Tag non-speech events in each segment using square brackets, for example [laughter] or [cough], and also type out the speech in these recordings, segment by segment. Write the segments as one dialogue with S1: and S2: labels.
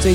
S1: 最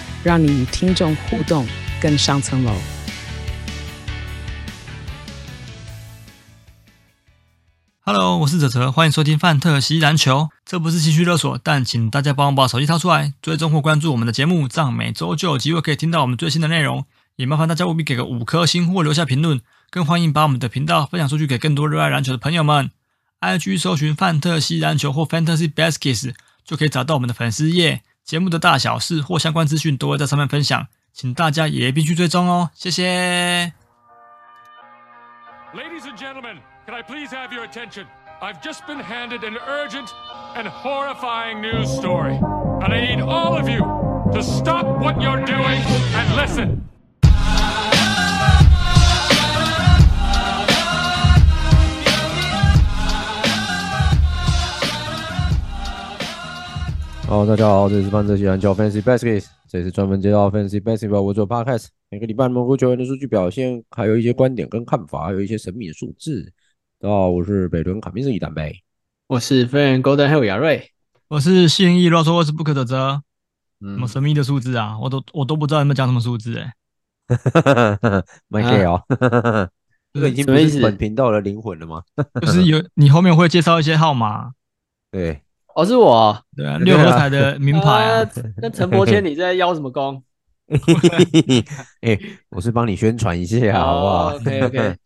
S1: 让你与听众互动更上层楼。
S2: Hello，我是哲哲，欢迎收听《范特西篮球》。这不是情绪勒索，但请大家帮我把手机掏出来，追踪或关注我们的节目，这样每周就有机会可以听到我们最新的内容。也麻烦大家务必给个五颗星或留下评论，更欢迎把我们的频道分享出去给更多热爱篮球的朋友们。IG 搜寻“范特西篮球”或 “Fantasy Baskets” 就可以找到我们的粉丝页，节目的大小事或相关资讯都会在上面分享，请大家也必须追踪哦，谢谢。
S3: Ladies and gentlemen, can I please have your attention? I've just been handed an urgent and horrifying news story. And I need all of you to stop what you're doing and listen.
S4: Hello，大家好，这里是范特西篮球 Fancy Baskets，这里是专门介绍 Fancy Basketball 我做 Podcast，每个礼拜蘑菇球员的数据表现，还有一些观点跟看法，还有一些神秘的数字。大家好，我是北伦卡宾斯一蛋杯。
S5: 我是飞人 Golden Hill 亚瑞，
S2: 我是信义乱说二是不可得责，什
S4: 嗯
S2: 么神秘的数字啊，我都我都不知道你们讲什么数字
S5: [laughs]
S2: 哎、
S4: [laughs] 麦克哦， [laughs] 这个已经不
S5: 什么意
S4: 是
S5: 思
S4: 本频道的灵魂了吗？
S2: 就是有你后面会介绍一些号码，
S4: 对， [laughs]
S5: 哦，是我哦
S2: 对啊，
S4: 对
S2: 六
S4: 啊
S2: 合彩的名牌啊，
S5: 啊那陈伯谦，你在邀什
S2: [laughs]
S5: 么功？
S4: 哎，我是帮你宣传一下，好不好
S5: OK OK。
S4: [laughs]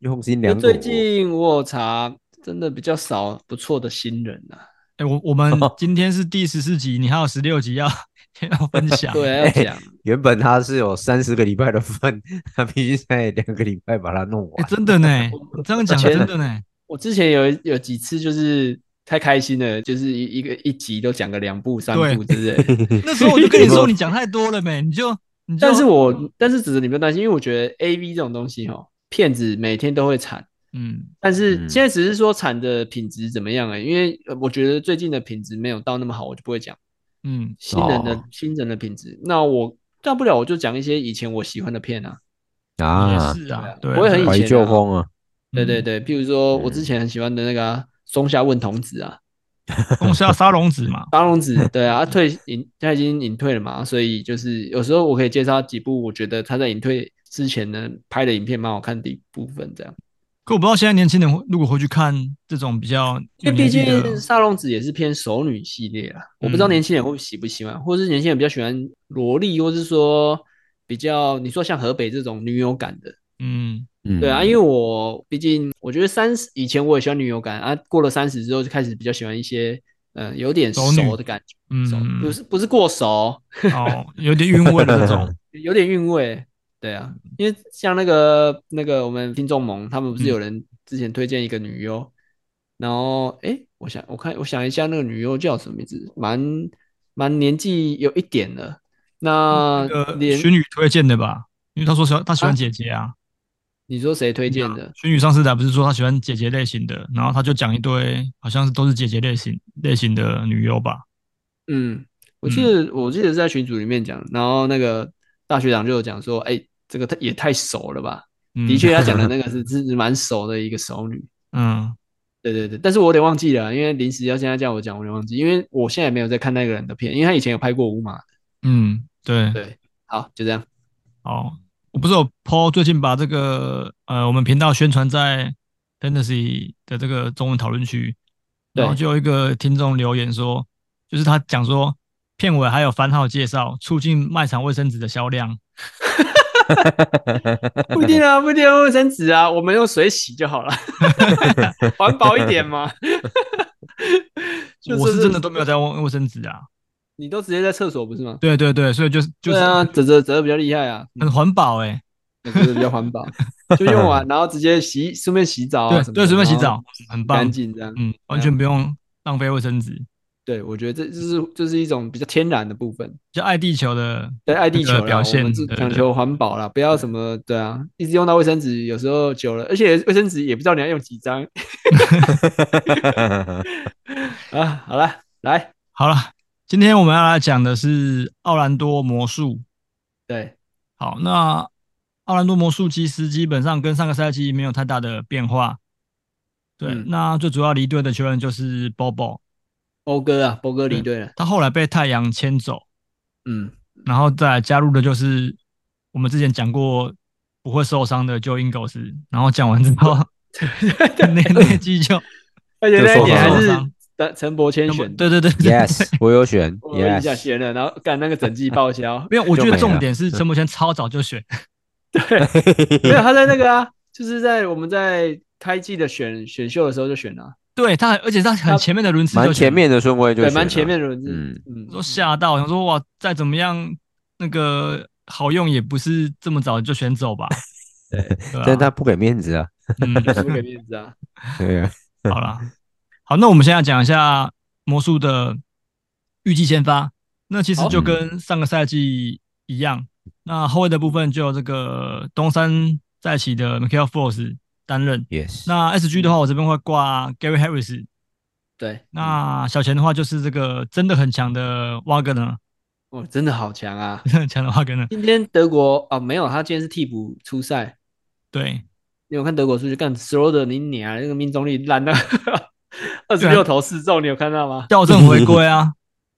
S4: 用心
S5: 因为
S4: 良苦。
S5: 最近我有查，真的比较少不错的新人
S2: [laughs]
S5: 啊。
S2: 哎、我我们今天是第十四集，你还有十六集要 [laughs] 要分享，
S5: 对，啊要讲
S4: 原本他是有三十个礼拜的份，他必须在两个礼拜把它弄
S2: 哎、
S4: 完。
S2: 真的呢，你这样讲真的呢，
S5: 我之前有有几次就是太开心了，就是一一个一集都讲个两部三部之类
S2: [laughs]
S5: 的。
S2: 那时候我就跟你说你讲太多了
S5: [laughs]
S2: 没，你就你就，
S5: 但是我但是只是你不用担心，因为我觉得 A V 这种东西哦，骗子每天都会产。
S2: 嗯，
S5: 但是
S4: 嗯
S5: 现在只是说产的品质怎么样哎、因为呃我觉得最近的品质没有到那么好，我就不会讲。
S2: 嗯
S5: 新人的、
S4: 哦
S5: 新人的品质。那我大不了我就讲一些以前我喜欢的片啊，
S4: 啊，
S2: 也是啊，对
S5: 对
S2: 嗯
S5: 啊
S2: 啊，
S5: 我也很以前啊
S4: 怀旧风啊，
S5: 对对对，譬如说我之前很喜欢的那个啊、松下问童子啊，
S2: 嗯公司要沙龙子嘛，
S5: 沙龙
S4: [laughs]
S5: 子，对啊，他退隐他已经隐退了嘛，所以就是有时候我可以介绍几部我觉得他在隐退之前呢拍的影片蛮好看的一部分这样，
S2: 可我不知道现在年轻人会如果回去看这种比较
S5: 因
S2: 有
S5: 为毕
S2: 年纪的，
S5: 竟沙龙子也是偏熟女系列啦，我不
S2: 嗯
S5: 知道年轻人会喜不喜欢，或者是年轻人比较喜欢萝莉，或是说比较你说像河北这种女友感的。
S2: 嗯，
S4: 嗯
S5: 对啊，因为我毕竟我觉得三十以前我也喜欢女友感啊，过了三十之后就开始比较喜欢一些呃有点
S2: 熟女
S5: 熟的感觉，
S2: 嗯
S5: 熟不是不是过熟，
S2: 哦，有点韵味的这种，
S5: 有点韵味。对啊，因为像那个那个我们听众盟，他们不是
S2: 嗯嗯
S5: 有人之前推荐一个女优，然后诶，我想我看我想一下那个女优叫什么名字，蛮蛮年纪有一点了，那
S2: 呃，
S5: 连
S2: 徐宇推荐的吧，因为他说喜欢他喜欢姐姐啊，
S5: 你说谁推荐的？
S2: 孙宇上次来不是说他喜欢姐姐类型的，然后他就讲一堆好像是都是姐姐类型类型的女优吧。
S5: 嗯，我记得我记得是在群组里面讲，然后那个大学长就有讲说，哎、这个太也太熟了吧？
S2: 嗯、
S5: 的确，，他讲的
S2: [laughs]
S5: 那个是是蛮熟的一个熟女。
S2: 嗯，
S5: 对对对，但是我有点忘记了，啊因为临时要现在叫我讲，我有点忘记，因为我现在也没有在看那个人的片，因为他以前有拍过五马。
S2: 嗯，对，
S5: 对，好，就这
S2: [laughs]
S5: 样。
S2: 好，我不是有 PO 最近把这个呃我们频道宣传在 Fantasy 的这个中文讨论区，
S5: 对
S2: 然后就有一个听众留言说，就是他讲说片尾还有番号介绍，促进卖场卫生纸的销量。
S5: 不一定啊，不一定要用卫生纸啊，我们用水洗
S2: [laughs]
S5: 就好了，环保一点嘛。 [laughs] 就
S2: 我是真的都没有在用卫生纸啊。
S5: 你都直接在厕所不是吗？
S2: 对对对，所以就是就是
S5: 对啊，泽泽泽比较厉害啊，
S2: 很环保哎、
S5: 就是比较环保， [laughs] 就用完然后直接洗，顺便洗澡啊
S2: 对
S5: 什么的，
S2: 对，随便洗
S5: 然后
S2: 澡，很棒嗯
S5: 啊干，净这样。
S2: 嗯，完全不用浪费卫生纸。
S5: 对，我觉得这这是这是一种比较天然的部分，
S2: 就爱地球的
S5: 对，爱地球
S2: 那
S5: 啦
S2: 个表现
S5: 我们是
S2: 对
S5: 讲
S2: 对
S5: 求环保啦，不要什么对啊，一直用到卫生纸，有时候久了，而且卫生纸也不知道你要用几张 [laughs] 啊。好了，来，
S2: 好了，今天我们要来讲的是奥兰多魔术。
S5: 对，
S2: 好，那奥兰多魔术其实基本上跟上个赛季没有太大的变化。对，
S5: 嗯
S2: 那最主要离队的球员就是 Bobo，
S5: 欧哥啊，波哥离队了，
S2: 他后来被太阳牵走，
S5: 嗯，
S2: 然后再来加入的就是我们之前讲过不会受伤的 Joe Ingles，然后讲完之后那那季就
S5: 而且
S4: 就
S5: 那一
S4: 受
S5: 年
S4: 伤
S5: 还
S4: 了
S5: 是
S2: 受伤
S5: 陈陈柏谦选的，
S2: 对对对对
S4: [laughs]
S5: [laughs]
S4: yes，我有选
S5: 我一下
S4: yes，
S5: 选了，然后干那个整季报
S2: [laughs] ，
S5: 销
S2: 没有，我觉得
S4: 就没
S2: 重
S4: 了
S2: 点是陈柏谦超早就选，
S5: 没有他在那个啊，就是在我们在开季的选选秀的时候就选了啊，
S2: 对他，而且他很前面的轮次就
S4: 蛮
S2: 选
S4: 前
S2: 了
S4: 面的顺位就
S5: 对，
S4: 选啊
S5: 蛮
S4: 了
S5: 前面的轮子，
S4: 嗯
S5: 嗯
S2: 说吓到，想说哇，再怎么样那个好用也不是这么早就选走
S4: [laughs]
S2: 吧？对啊
S4: 但是他不给面子
S5: [laughs]
S4: 啊，
S5: 就是不
S2: 嗯，
S5: 给面子啊， [laughs]
S4: 对啊，
S2: 好啦，好，那我们现在讲一下魔术的预计先发。那其实就
S4: 好
S2: 跟上个赛季一样，那后卫的部分就由这个东山再起的 Michael Force 担任。
S4: yes，
S2: 那 SG 的话，我这边会挂 Gary Harris。
S5: 对，
S2: 那小钱的话，就是这个真的很强的瓦格呢，
S5: 哦，真的好强啊。
S2: [laughs] 真的很强的瓦格呢。
S5: 今天德国啊、没有，他今天是替补出赛。
S2: 对，
S5: 你有看德国数据？干 s c h r o d e r 你娘，那个命中率烂到 [laughs]
S4: 啊
S5: 二十六投四中，你有看到吗？
S2: 校正回归啊，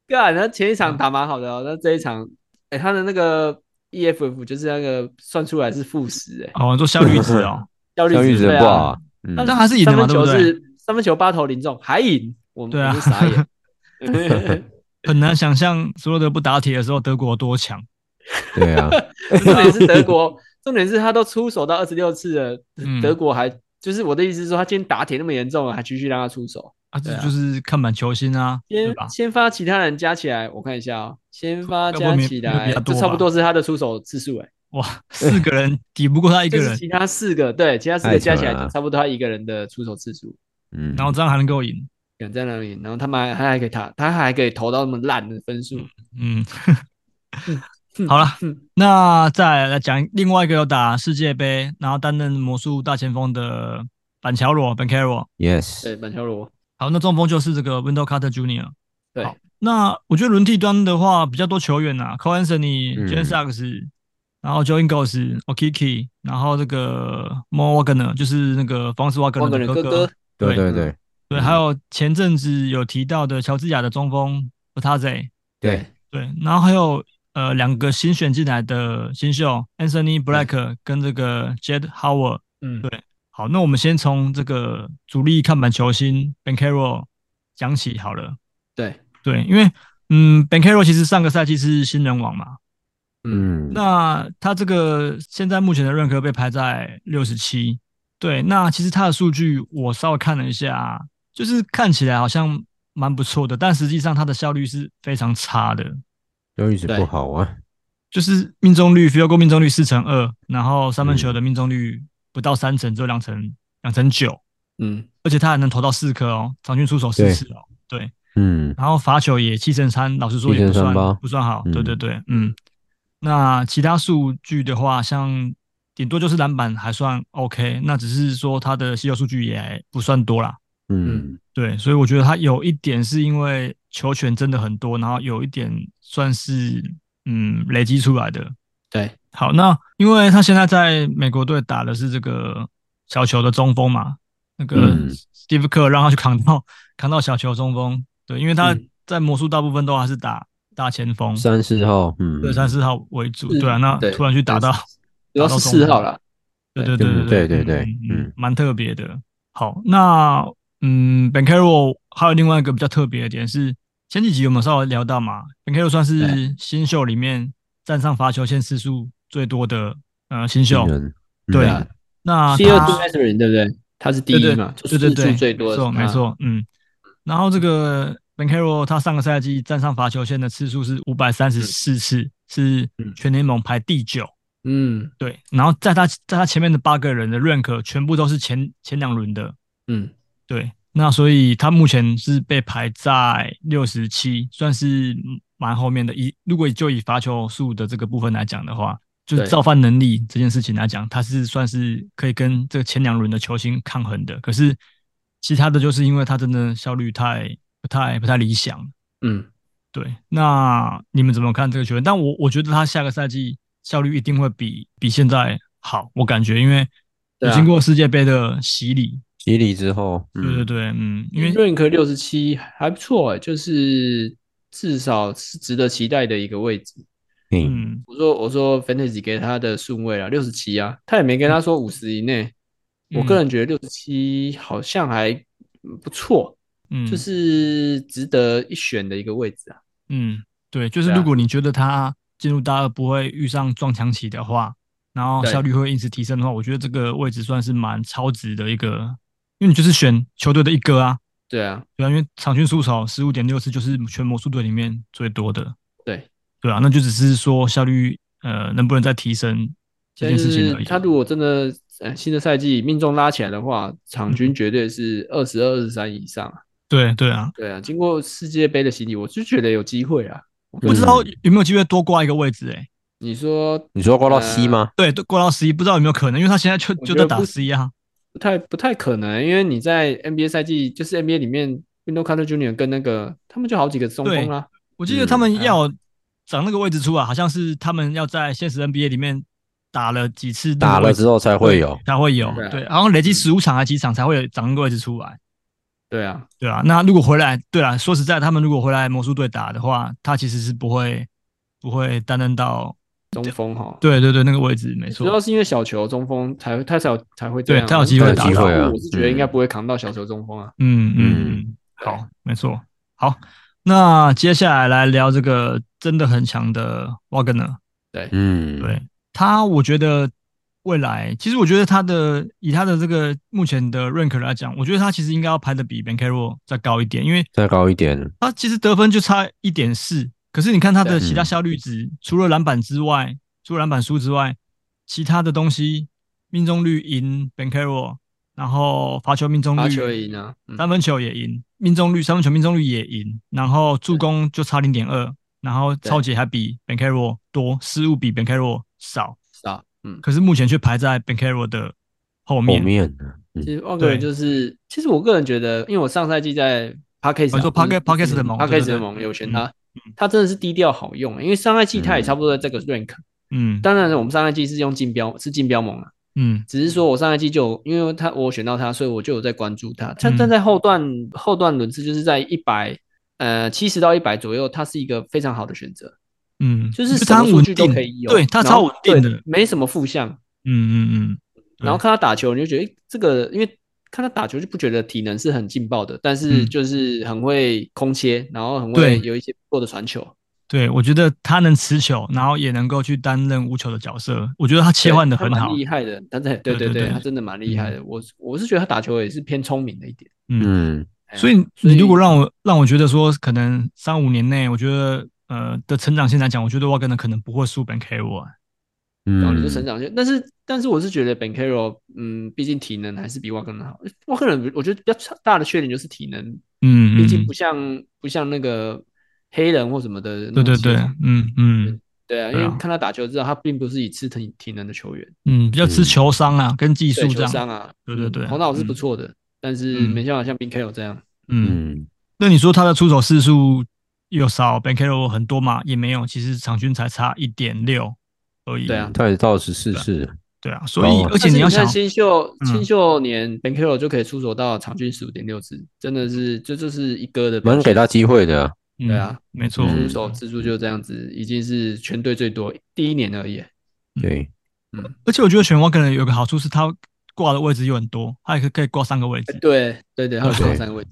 S5: 干，他前一
S4: 嗯
S5: 场打蛮好的哦，那这一场，哎、他的那个 EFF 就是那个算出来是负十，哎，
S2: 哦，做效率值哦，
S5: 效率
S4: 效率值
S5: 对
S4: 不好
S5: 啊
S4: 啊，，嗯
S2: 但还是赢
S5: 三
S2: 的嘛，
S5: 分
S2: 对不
S5: 球
S2: 对？
S5: 是三分球八投零中，还赢，我们
S2: 对啊
S5: 我就傻
S4: [laughs]
S5: [laughs] 眼。
S2: 很难想象所有的不打铁的时候德国有多强。
S4: 对啊，
S5: [laughs] 重点是德国，
S2: [laughs]
S5: 重点是他都出手到二十六次了，
S2: 嗯
S5: 德国还就是我的意思是说，他今天打铁那么严重了，还继续让他出手。
S2: 啊，这
S5: 对啊
S2: 就是看板球星啊，对
S5: 先
S2: 吧？
S5: 先发其他人加起来，我看一下哦，先发
S2: 该不会
S5: 加
S2: 没
S5: 起
S2: 没有比
S5: 来
S2: 他多
S5: 就
S2: 吧
S5: 差不多是他的出手次数哎， [laughs]
S2: 哇，四个人抵不过他一个
S5: 就是
S2: 人，
S5: 其他四个对，其他四个
S4: 太
S5: 加
S4: 强
S5: 起来
S4: 了
S5: 就差不多他一个人的出手次数，
S4: 嗯，
S2: 然后这样还能够赢，
S5: 两战两赢，然后他们还他还可以打，他还可以投到那么烂的分数，
S2: 嗯 [laughs]
S5: 嗯。嗯
S2: 好了
S5: 嗯，
S2: 那再来讲另外一个有打世界杯，然后担任魔术大前锋的板桥罗 （Ben Caro）。
S4: yes，
S5: 对，板桥罗，
S2: 好，那中锋就是这个 Window Carter Junior。
S5: 对
S2: 好那我觉得轮替端的话比较多球员啊 c o a n s o n y
S4: 嗯
S2: j a n s a x 然后 Joe Ingles、Okiki，然后这个 Mo Wagner 就是那个方式 Wagner
S5: 光
S2: 的
S5: 个人哥
S2: 哥
S5: 哥，，
S4: 对
S2: 对
S4: 对对
S2: 对，
S4: 嗯
S2: 还有前阵子有提到的乔治亚的中锋 b t a z e
S4: 对，
S2: 对，然后还有呃两个新选进来的新秀 Anthony Black 跟这个 Jed Howard。
S5: 嗯，
S2: 对好，那我们先从这个主力看板球星 Ben Carroll 讲起好了。
S5: 对，
S2: 对，因为嗯，Ben Carroll 其实上个赛季是新人王嘛，
S4: 嗯，
S2: 那他这个现在目前的认可被排在六十七。对，那其实他的数据我稍微看了一下，就是看起来好像蛮不错的，但实际上他的效率是非常差的，
S4: 效率值
S5: 对
S4: 不好啊，
S2: 就是命中率 field goal 命中率四成二，然后三分球的命中率不到三成，只有两成两成九，
S5: 嗯，
S2: 而且他还能投到四颗哦，场均出手四
S4: 对
S2: 次哦。对，
S4: 嗯，
S2: 然后罚球也七成三，老实说也不
S4: 7成3
S2: 算
S4: 吧
S2: 不算好。
S4: 嗯
S2: 对对对，嗯。那其他数据的话，像顶多就是篮板还算 OK，那只是说他的稀有数据也不算多啦。
S4: 嗯，
S2: 对，所以我觉得他有一点是因为球权真的很多，然后有一点算是嗯累积出来的。
S5: 对，
S2: 好，那因为他现在在美国队打的是这个小球的中锋嘛，那个
S4: 嗯
S2: Steve Kerr 让他去扛到 [laughs] 扛到小球中锋，对，因为他
S5: 嗯
S2: 在魔术大部分都还是打大前锋，
S4: 三四号，嗯，
S2: 对三四号为主，
S5: 是
S2: 对啊，那
S5: 对
S2: 突然去打到，
S5: 主要是四号啦，
S2: [laughs] 对对对
S4: 嗯
S2: 对
S4: 对对对
S2: 嗯，嗯
S4: 嗯
S2: 蛮特别的。好，那嗯，Ben Carroll 还有另外一个比较特别的点是，前几集我们稍微聊到嘛，Ben Carroll 算是
S5: 对
S2: 新秀里面站上罚球线次数最多的呃新秀
S4: 新，人，
S2: 对啊
S5: 啊
S4: 嗯
S2: 那
S5: 第二
S2: 他
S5: d a s r i n 对不对？他是第
S2: 对
S5: 一
S2: 对
S5: 嘛，就
S2: 对对
S5: 次
S2: 对，
S5: 数最多
S2: 没
S5: 的
S2: 错
S5: 是他
S2: 没错，嗯。然后这个 Ben Carroll 他上个赛季站上罚球线的次数是五百三十四次，是全联盟排第九。
S5: 嗯
S2: 对，然后在他在他前面的八个人的认可全部都是前前两轮的，
S5: 嗯，
S2: 对，那所以他目前是被排在六十七，算是蛮后面的。以如果就以罚球数的这个部分来讲的话，就是
S5: 对
S2: 造犯能力这件事情来讲，他是算是可以跟这个前两轮的球星抗衡的。可是其他的就是因为他真的效率太不太不太理想，
S5: 嗯，
S2: 对，那你们怎么看这个球员？但我我觉得他下个赛季效率一定会比比现在好，我感觉，因为
S5: 对
S2: 有
S5: 啊
S2: 经过世界杯的洗礼。
S4: 洗礼之后，
S2: 对对
S4: 嗯，
S2: 对，嗯，因
S5: 因为
S2: 为
S5: 瑞克六十七还不错、欸，就是至少是值得期待的一个位置。
S4: 嗯，
S2: 嗯，
S5: 我说我说 Fantasy 给他的顺位啊，六十七啊，他也没跟他
S2: 嗯
S5: 说五十以内。我个人觉得六十七好像还不错，
S2: 嗯
S5: 就是值得一选的一个位置啊。
S2: 嗯，对，就是
S5: 对啊
S2: 如果你觉得他进入大二不会遇上撞墙期的话，然后
S5: 对
S2: 效率会一直提升的话，我觉得这个位置算是蛮超值的一个，因为你就是选球队的一哥啊，
S5: 对啊，
S2: 对啊，因为场均出手十五点六次就是全魔术队里面最多的，
S5: 对，
S2: 对啊，那就只是说效率呃能不能再提升这
S5: 但
S2: 件事情
S5: 是
S2: 而已。
S5: 他如果真的呃新的赛季命中拉起来的话，场
S2: 嗯
S5: 均绝对是二十二、二十三以上啊。
S2: 对对啊，
S5: 对啊，经过世界杯的洗礼，我就觉得有机会啊。
S4: 嗯
S2: 不知道有没有机会多挂一个位置诶、欸
S5: 你说
S4: 你说刮到 C
S5: 呃
S4: 吗？
S2: 对，都挂到十一，不知道有没有可能，因为他现在就
S5: 我
S2: 就
S5: 觉
S2: 在
S5: 得
S2: 打
S5: 不
S2: 十一啊。
S5: 不太不太可能，因为你在 NBA 赛季，就是 NBA 里面 Window Carter Junior 跟那个他们就好几个中锋啊啦、
S2: 我记得
S4: 嗯
S2: 他
S4: 哎
S2: 们要找那个位置出来，好像是他们要在现实 NBA 里面打了几次那个位置，
S4: 打了之后才会有嗯
S2: 对，才会有，
S5: 对啊
S2: 对，好像累积十五场还是几场才会有找那个位置出来，
S5: 对啊，
S2: 对啊。那如果回来，对啊，说实在，他们如果回来魔术队打的话，他其实是不会不会担任到，
S5: 中锋哈。
S2: 对对对，那个位置没
S5: 主要
S2: 错，
S5: 是因为小球中锋才会他才有才会这样啊、
S2: 对他有机会
S5: 打
S2: 打到
S5: 我是觉得应该不会扛到小球中锋啊。
S2: 嗯嗯
S4: 嗯
S2: 嗯，好，没错，好。那接下来来聊这个真的很强的瓦格纳。
S4: 嗯，
S2: 对他，我觉得未来，其实我觉得他的以他的这个目前的 rank 来讲，我觉得他其实应该要排的比 Ben c a r o 再高一点，因为
S4: 再高一点，
S2: 他其实得分就差一点四，可是你看他的
S5: 对
S2: 其他
S4: 嗯
S2: 效率值，除了篮板之外，除了篮板数之外，其他的东西命中率赢 Ben c a r o 然后罚球命中
S5: 罚
S2: 率
S5: 球也赢啊，嗯
S2: 三分球也赢，命中率三分球命中率也赢，然后助攻就差零点二，然后超级还比 Ben c a r o 多，失误比 Ben c a r o 少。
S5: 是啊，嗯，
S2: 可是目前却排在 b e n c a r o 的后
S4: 后
S2: 面。
S4: 面啊
S5: 其实旺
S2: 对
S5: 格就是，其实我个人觉得，因为我上赛季在 Parkes，
S2: 哦你说 Parkes- Parkes 的盟
S5: p a r
S2: 对
S5: k
S2: 对
S5: e
S2: 对嗯
S5: 的盟有选他，他真的是低调好用，因为上赛季他也差不多在这个 rank，
S2: 嗯
S5: 当然我们上赛季是用竞标是竞标盟啊，
S2: 嗯
S5: 只是说我上赛季就有因为他我选到他，所以我就有在关注他。他
S2: 嗯
S5: 但在后段、后段轮次就是在一百呃七十到一百左右，他是一个非常好的选择，
S2: 嗯，
S5: 就是什
S2: 他
S5: 么
S2: 很
S5: 数
S2: 稳
S5: 据都
S2: 定，
S5: 可以有，
S2: 对他
S5: 然
S2: 超
S5: 后
S2: 稳定的
S5: 对。没什么负向。
S2: 嗯嗯对
S5: 然后看他打球，你就觉得诶这个，因为看他打球就不觉得体能是很劲爆的，但是
S2: 嗯
S5: 就是很会空切，然后很
S2: 对
S5: 会有一些不错的传球。
S2: 对我觉得他能持球，然后也能够去担任无球的角色，我觉得他切换的
S5: 对
S2: 很
S5: 他
S2: 好
S5: 蛮。厉害的。他在对
S2: 对
S5: 对
S2: 对
S5: 对，
S2: 对
S5: 他真的蛮厉害的。我我是觉得他打球也是偏聪明的一点。
S2: 嗯，
S4: 嗯，
S5: 哎呀
S2: 所以你如果让我让我觉得说，可能三五年内，我觉得呃的成长性来讲，我觉得沃根的可能不会输 b e n c a r o
S4: 嗯，
S5: 然后你就成长线。但是但是我是觉得 Ben Caro，嗯，毕竟体能还是比瓦格纳好。瓦格纳我觉得比较大的缺点就是体能，
S2: 嗯
S5: 毕竟
S2: 嗯
S5: 不，像不像那个黑人或什么的那
S2: 对
S5: 种
S2: 对
S5: 球
S2: 对
S5: 种。，
S2: 嗯嗯
S5: 对啊，因
S2: 对啊
S5: 为看他打球知道他并不是以吃体体能的球员，
S2: 嗯，比较吃
S4: 嗯
S2: 球商啊，跟技术
S5: 对
S2: 这
S5: 球
S2: 样。
S5: 商啊，
S2: 对对对
S5: 嗯头脑是不错的，但是
S2: 嗯
S5: 没办法像 Ben Caro 这样。
S2: 嗯，
S4: 嗯，
S2: 那你说他的出手次数有少 b a n c a r o 很多吗？也没有，其实场均才差一点六而已。
S5: 对啊
S4: 他也到十四次，
S2: 对啊，所以
S4: 哦
S2: 而且
S5: 但是
S2: 要想
S5: 看，新秀
S2: 嗯
S5: 新秀年 Ben Caro 就可以出手到场均十五点六次，真的是这就是一哥的表
S4: 蛮
S5: 现，
S4: 给他机会的，
S2: 嗯
S5: 对啊，
S2: 没错，
S5: 出手次数就这样子，已经是全队最多第一年而
S4: 嗯
S5: 已。
S2: 嗯
S4: 对，
S2: 而且我觉得选 w a 能有个好处是他挂的位置又很多，他也可以可以挂三个
S5: 哎
S2: 位置。
S5: 对对对，还有上三个位置。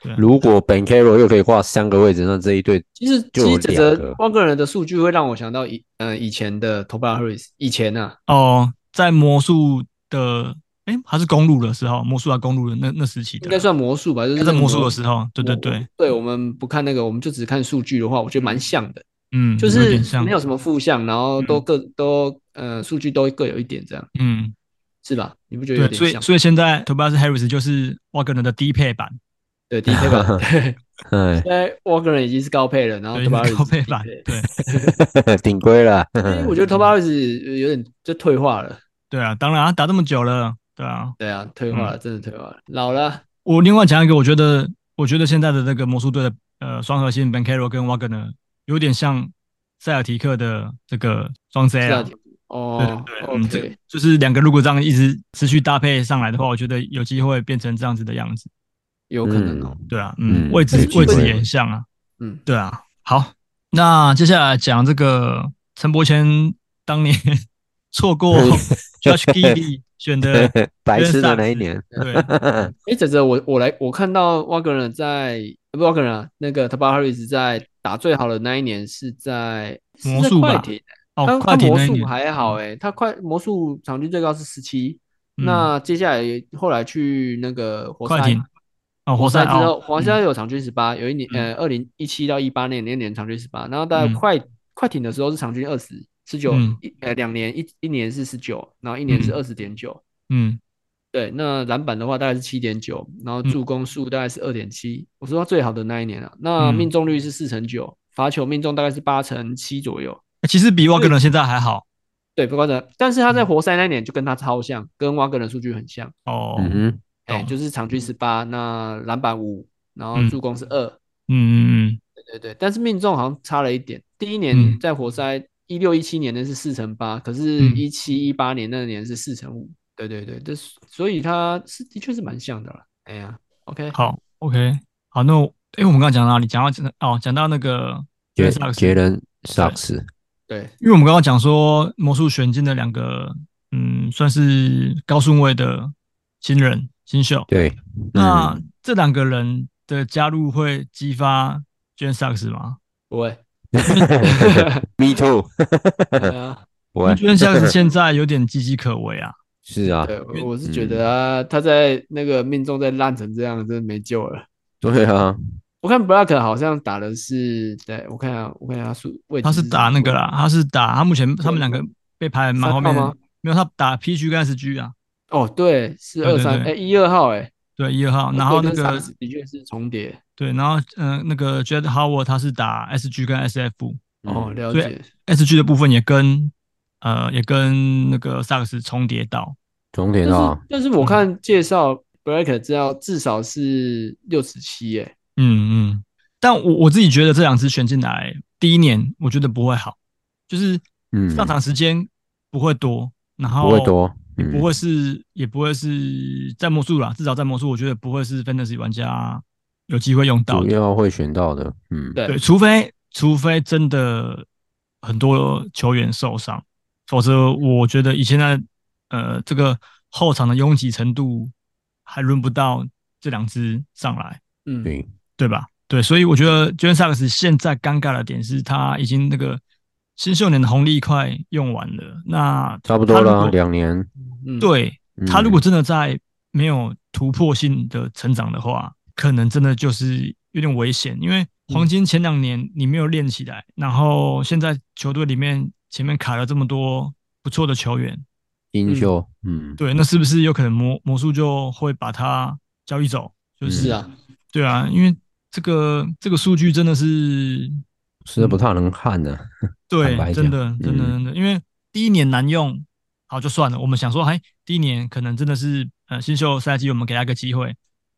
S2: 对啊，
S4: 如果 Ben Caro 又可以挂三个位置，那这一队
S5: 其实
S4: 就有
S5: 其实整
S4: 两
S5: 个
S4: 个
S5: 万个人的数据会让我想到以呃以前的 t o b a Harris，以前啊，
S2: 哦，在魔术的哎还是公路的时候，魔术还公路的那那时期的，
S5: 应该算魔术吧，就
S2: 应
S5: 是
S2: 该在魔术
S5: 那
S2: 的
S5: 个
S2: 时候。对对对，，
S5: 对我们不看那个，我们就只看数据的话，我觉得蛮像的，
S2: 嗯，
S5: 就
S2: 有
S5: 是
S2: 点像嗯
S5: 没有什么负向，然后都各都呃数据都各有一点这样。
S2: 嗯，
S5: 是吧？你不觉得有
S2: 对，所
S5: 点
S2: 以
S5: 像？
S2: 所以现在 Tobias Harris 就是沃格 r 的低配版，
S5: 对，低
S2: [laughs]
S5: 配版。对，
S4: 哎，
S5: 现在 Walker 已经是高配了，然后
S2: 对，应该
S5: 啊 Tobias
S2: 是高配版
S5: 是低，
S2: 对
S4: [laughs] 顶规了。
S5: 因为我
S2: [laughs]
S5: 觉得 Tobias 有点就退化了，
S2: 对啊，当然啊，打这么久了，对啊。
S5: 对啊，退化了，真的退化了，老了。
S2: 我另外讲一个，我觉得我觉得现在的那个魔术队的呃双核心 b a n c a r o 跟 w a g n e 有点像塞尔提克的这个双 C
S5: 是
S2: 啊
S5: 啊，
S2: 对
S5: 哦
S2: 对对，嗯，这
S5: ，OK，
S2: 就是两个如果这样一直持续搭配上来的话，我觉得有机会变成这样子的样子。
S5: 有可能哦。
S2: 对啊，嗯，
S4: 嗯
S2: 位置
S4: 有机
S2: 位
S4: 会
S2: 置也很像啊，
S5: 嗯，
S2: 对啊。好，那接下来讲这个陈柏谦当年错
S4: [laughs]
S2: 过 Josh Giddy 选的，
S4: 白痴的那一年，
S2: 对，
S5: 哎，哲哲，我我来，我看到 Wagner 在呃不 Wagner 啊那个 t a b a r i s 在打最好的那一年是在是在
S2: 魔术吧
S5: 快艇，
S2: 哦，
S5: 他 [laughs]
S2: 快
S5: 他
S2: 艇
S5: 魔
S2: 那一
S5: 术
S2: 年，
S5: 还好哎，他快魔术场均最高是十七，
S2: 嗯
S5: 那接下来后来去那个活
S2: 快
S5: 塞
S2: 艇，，哦，活
S5: 活
S2: 塞
S5: 之
S2: 哦
S5: 后，活
S2: 嗯
S5: 塞有场均十八，有一年
S2: 嗯
S5: 呃二零一七到一八那年那年场均十八，然后到
S2: 嗯
S5: 快快艇的时候是场均二十，十九
S2: 嗯
S5: 一呃两年一一年是十九，然后一年是
S2: 嗯
S5: 二十点九。
S2: 嗯
S5: 对，那篮板的话大概是七点九，然后
S2: 嗯
S5: 助攻数大概是二点七，我说他最好的那一年啊。那
S2: 嗯
S5: 命中率是四成九，罚球命中大概是八成七左右。
S2: 欸其实比沃格伦现在还好
S5: 对，不夸张。但是他
S2: 嗯
S5: 在活塞那一年就跟他超像，跟挖个人数据很像，
S2: 哦，
S4: 嗯哼，
S5: 哎、
S2: 懂
S5: 就是场均十八，那篮板五，然后
S2: 嗯
S5: 助攻是二、
S2: 嗯嗯
S5: 对对对，但是命中好像差了一点。第一
S2: 嗯
S5: 年在活塞一六一七年的是四乘八，可是
S2: 嗯
S5: 一七一八年那年是四乘五。对对对，这是所以他是的确是蛮像的了。哎呀，OK，
S2: 嗯，好，OK，好，那我哎，我们刚刚讲到哪里？讲到这个哦，讲到那个
S4: 杰
S2: Jalen Suggs
S4: 杰伦萨克斯，
S5: 对，
S2: 因为我们刚刚讲说魔术选进的两个，嗯，算是高顺位的新人新秀。
S4: 对，
S2: 那
S4: 嗯，
S2: 这两个人的加入会激发 Jane Sachs 吗 [laughs]
S5: 不会。
S4: Me too，
S5: 对啊，
S4: 我
S2: ？Jane Sachs 现在有点岌岌可危啊。
S4: 是啊，
S5: 对，我我是觉
S2: 嗯
S5: 得啊，他在那个命中在烂成这样，真的没救了。
S4: 对啊，
S5: 我看 Black 好像打的是，对我看下，我看下他数位置
S2: 他是打那个啦，他是打他目前他们两个被排蛮后面
S5: 三号
S2: 的
S5: 吗，
S2: 没有他打 PG 跟 SG 啊，
S5: 哦，对，是
S2: 对
S5: 二
S2: 对
S5: 三哎
S2: 对
S5: 一二号哎，
S2: 对一二号，然后那
S5: 对跟
S2: 个
S5: Suggs 的确是重叠
S2: 对，然后嗯、呃那个 Jed Howard 他是打 SG 跟 SF，
S4: 嗯
S5: 哦，了
S2: 对
S5: 解
S2: SG 的部分也跟呃也跟那个萨克斯重叠到，
S4: 重点
S5: 但
S4: 啊
S5: 是，但是
S2: 嗯
S5: 我看介绍 Black 知道至少是六十七哎，
S2: 嗯嗯。但我我自己觉得这两支选进来第一年，我觉得不会好，就是
S4: 嗯
S2: 上场时间不会多，然后
S4: 不会多，
S2: 也
S4: 嗯
S2: 不会是也不会是在魔术啦，至少在魔术，我觉得不会是 fantasy 玩家有机会用到
S4: 主
S2: 的，
S4: 要会选到的，嗯，
S5: 对
S2: 对，除非除非真的很多球员受伤，否则我觉得以现在呃这个后场的拥挤程度还轮不到这两支上来，
S5: 嗯，
S4: 对，
S2: 对吧？对，所以我觉得 j o h n s a x 现在尴尬的点是他已经那个新秀年的红利快用完了，那
S4: 差不多
S2: 他如
S4: 了，
S2: 果
S4: 两年，
S5: 嗯，
S2: 对
S4: 嗯
S2: 他如果真的在没有突破性的成长的话，可能真的就是有点危险，因为黄金前两年你没有练起来，然后现在球队里面前面卡了这么多不错的球员，
S4: 英秀，嗯，
S2: 对，那是不是有可能魔魔术就会把他交易走？就是、
S5: 是啊，
S2: 对啊，因为这个这个数据真的是
S4: 是不太能看啊的，
S2: 对
S4: 坦白，
S2: 真
S4: 讲嗯
S2: 的，真的，真的，因为第一年难用，好就算了。我们想说，哎，第一年可能真的是呃新秀赛季，我们给他个机会。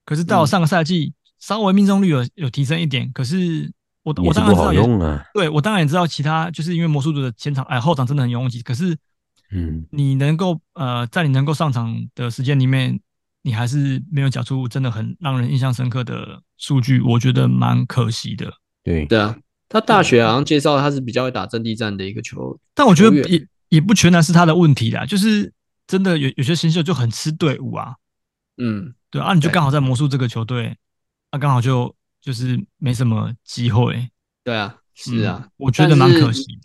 S2: 可是到
S5: 嗯
S2: 上个赛季，稍微命中率有有提升一点，可是我
S4: 也
S2: 我
S4: 是
S2: 当然
S4: 不
S2: 知
S4: 好
S2: 道也，
S4: 用啊，
S2: 对我当然也知道其他，就是因为魔术队的前场哎后场真的很拥挤，可是
S4: 嗯，
S2: 你能够呃在你能够上场的时间里面，你还是没有缴出真的很让人印象深刻的数据，我觉得蛮可惜的。
S4: 对，
S5: 对啊，他大学好像介绍他是比较会打阵地战的一个球，
S2: 但我觉
S5: 球
S2: 得
S5: 员
S2: 也也不全然是他的问题啦，就是真的有有些新秀就很吃队伍啊，
S5: 嗯，
S2: 对啊，你就
S5: 对
S2: 刚好在魔术这个球队，啊，刚好就就是没什么机会，
S5: 对啊，是啊，
S2: 嗯我觉得蛮可惜的，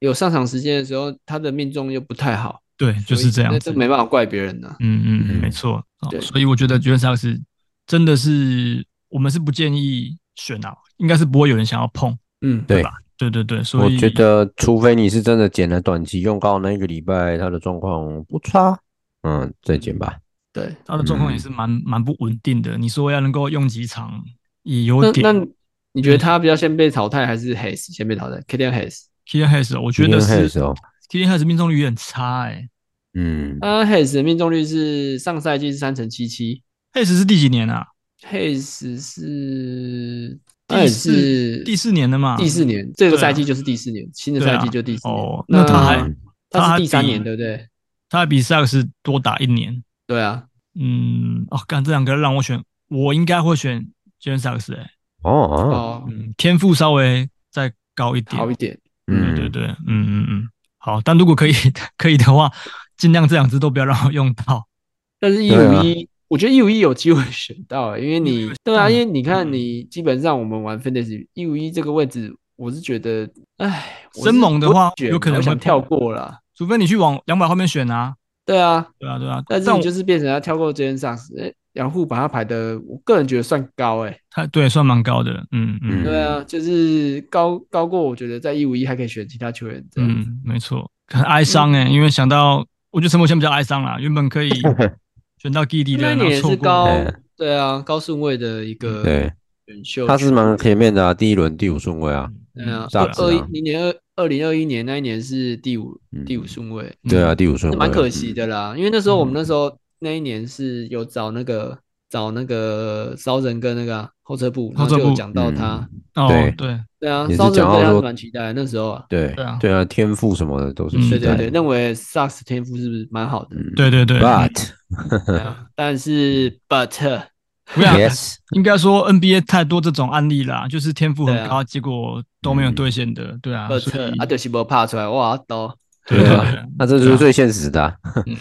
S5: 有上场时间的时候，他的命中又不太好，
S2: 对，就
S5: 所以
S2: 是这样
S5: 那
S2: 子
S5: 这，没办法怪别人呐、
S2: 嗯嗯，嗯
S4: 嗯
S2: 没错，哦
S5: 对
S2: 所以我觉得 j o h n s a 真的是我们是不建议选啊，应该是不会有人想要碰，
S5: 嗯，
S4: 对
S2: 吧？对对对，所
S4: 我
S2: 以
S4: 觉得除非你是真的捡了短期用，刚好那一个礼拜他的状况不差，嗯，再见吧。
S5: 对，
S2: 他的状况
S5: 嗯
S2: 也是蛮蛮不稳定的。你说要能够用几场，也有
S5: 那
S2: 点嗯
S5: 那。你觉得他比较先被淘汰，还是 Hayes 先被淘汰 k i l i a n Hayes，
S2: k i l i a n Hayes，我觉得
S4: Killian Hayes
S2: 是
S4: 哦，
S2: k i l i a n Hayes 命中率也很差哎、
S4: 嗯，
S5: 那呃 Hayes 的命中率是上赛季是三成七七
S2: Hayes 是第几年啊？
S5: ，Hayes 是
S2: 第
S5: 那
S2: 四
S5: 是
S2: 第四年的嘛？
S5: 第四年，这个
S2: 对啊
S5: 赛季就是第四年，新的
S2: 对
S5: 赛
S2: 啊
S5: 季就第四年。
S2: 哦，
S5: 那
S2: 那他还
S4: 嗯
S2: 他
S5: 他
S2: 还
S5: 是第三
S2: 比
S5: 年，对不对？
S2: 他还比 s a 斯多打一年。
S5: 对啊，
S2: 嗯，哦，干这两个让我选，我应该会选 j a m e s Sachs 哎、
S4: 哦哦，
S5: 哦，
S2: 嗯，天赋稍微再高一点
S5: 好。一点，
S2: 对对
S4: 嗯，
S2: 对，嗯嗯嗯，好，但如果可以 [laughs] 可以的话，尽量这两只都不要让我用到。
S5: 但是一
S4: 对
S5: 五
S4: 啊
S5: 一，我觉得一五一有机会选到、欸，因为你对啊，
S2: 嗯
S5: 因为你看
S2: 嗯
S5: 你基本上我们玩 Fantasy 一五一这个位置，我是觉得，哎，我
S2: 生
S5: 是
S2: 猛的
S5: 不会
S2: 话
S5: 选
S2: 有可
S5: 我
S2: 能
S5: 想
S2: 会
S5: 跳
S2: 碰
S5: 过啦。
S2: 除非你去往两百后面选啊。
S5: 对啊，
S2: 对啊对啊，
S5: 但是
S2: 但
S5: 你
S2: 我
S5: 就是变成要跳过这件 Sars，哎，然后把它排的，我个人觉得算高哎、
S2: 他对算蛮高的，嗯嗯
S4: 嗯
S5: 对啊，就是高高过，我觉得在一五一还可以选其他球员这样子。
S2: 嗯，没错，很哀伤
S5: 嗯
S2: 哎、因为想到我觉得陈柏谦比较哀伤啦，原本可
S5: [laughs]
S2: 以选到 Giddy
S5: 那
S2: 的，然
S5: 你
S2: 后
S5: 也
S2: 错
S5: 是
S2: 过
S5: 高
S4: 哎，
S5: 对啊，高顺位的一个
S4: 对，
S5: 选秀，
S4: 他是蛮前面的啊，第一轮第五顺位啊，
S5: 对啊，
S4: 炸
S5: 二
S4: 子
S5: 二一
S4: 啊
S5: 零年二二零二一年那一年是第五
S4: 嗯
S5: 第五顺位，
S4: 对啊，第五顺
S5: 那
S4: 位，
S5: 蛮可惜的啦，因为那时候我们
S2: 嗯
S5: 那时候那一年是有找那个找那个骚人跟那个啊后车部，
S2: 后
S5: 然后
S2: 车
S5: 就有
S2: 部
S5: 讲到他，
S2: 哦
S4: 对
S2: 对，
S5: 对啊，
S4: 嗯也是
S5: 骚人
S4: 讲到
S5: 对他
S4: 说
S5: 蛮期待的那时候啊，
S4: 对
S2: 对啊
S4: 对啊，天赋什么的都是
S2: 嗯
S4: 期
S5: 对对
S4: 待
S5: 对，
S4: 的。嗯
S5: 认为 Sucks 天赋是不是蛮好的？
S2: 对对对
S4: But
S5: 对
S4: [laughs]
S5: 啊，但是 But
S2: 不要
S4: yes，
S2: 应该说 NBA 太多这种案例啦，就是天赋
S5: 对
S2: 很
S5: 啊
S2: 高，结果都
S4: 嗯
S2: 没有兑现的，对啊，所
S5: But
S2: 以
S5: 啊，就是没怕出来，哇都
S2: 对
S4: 对
S2: 对
S4: 啊
S2: 对，
S4: 那这就是最现实的啊。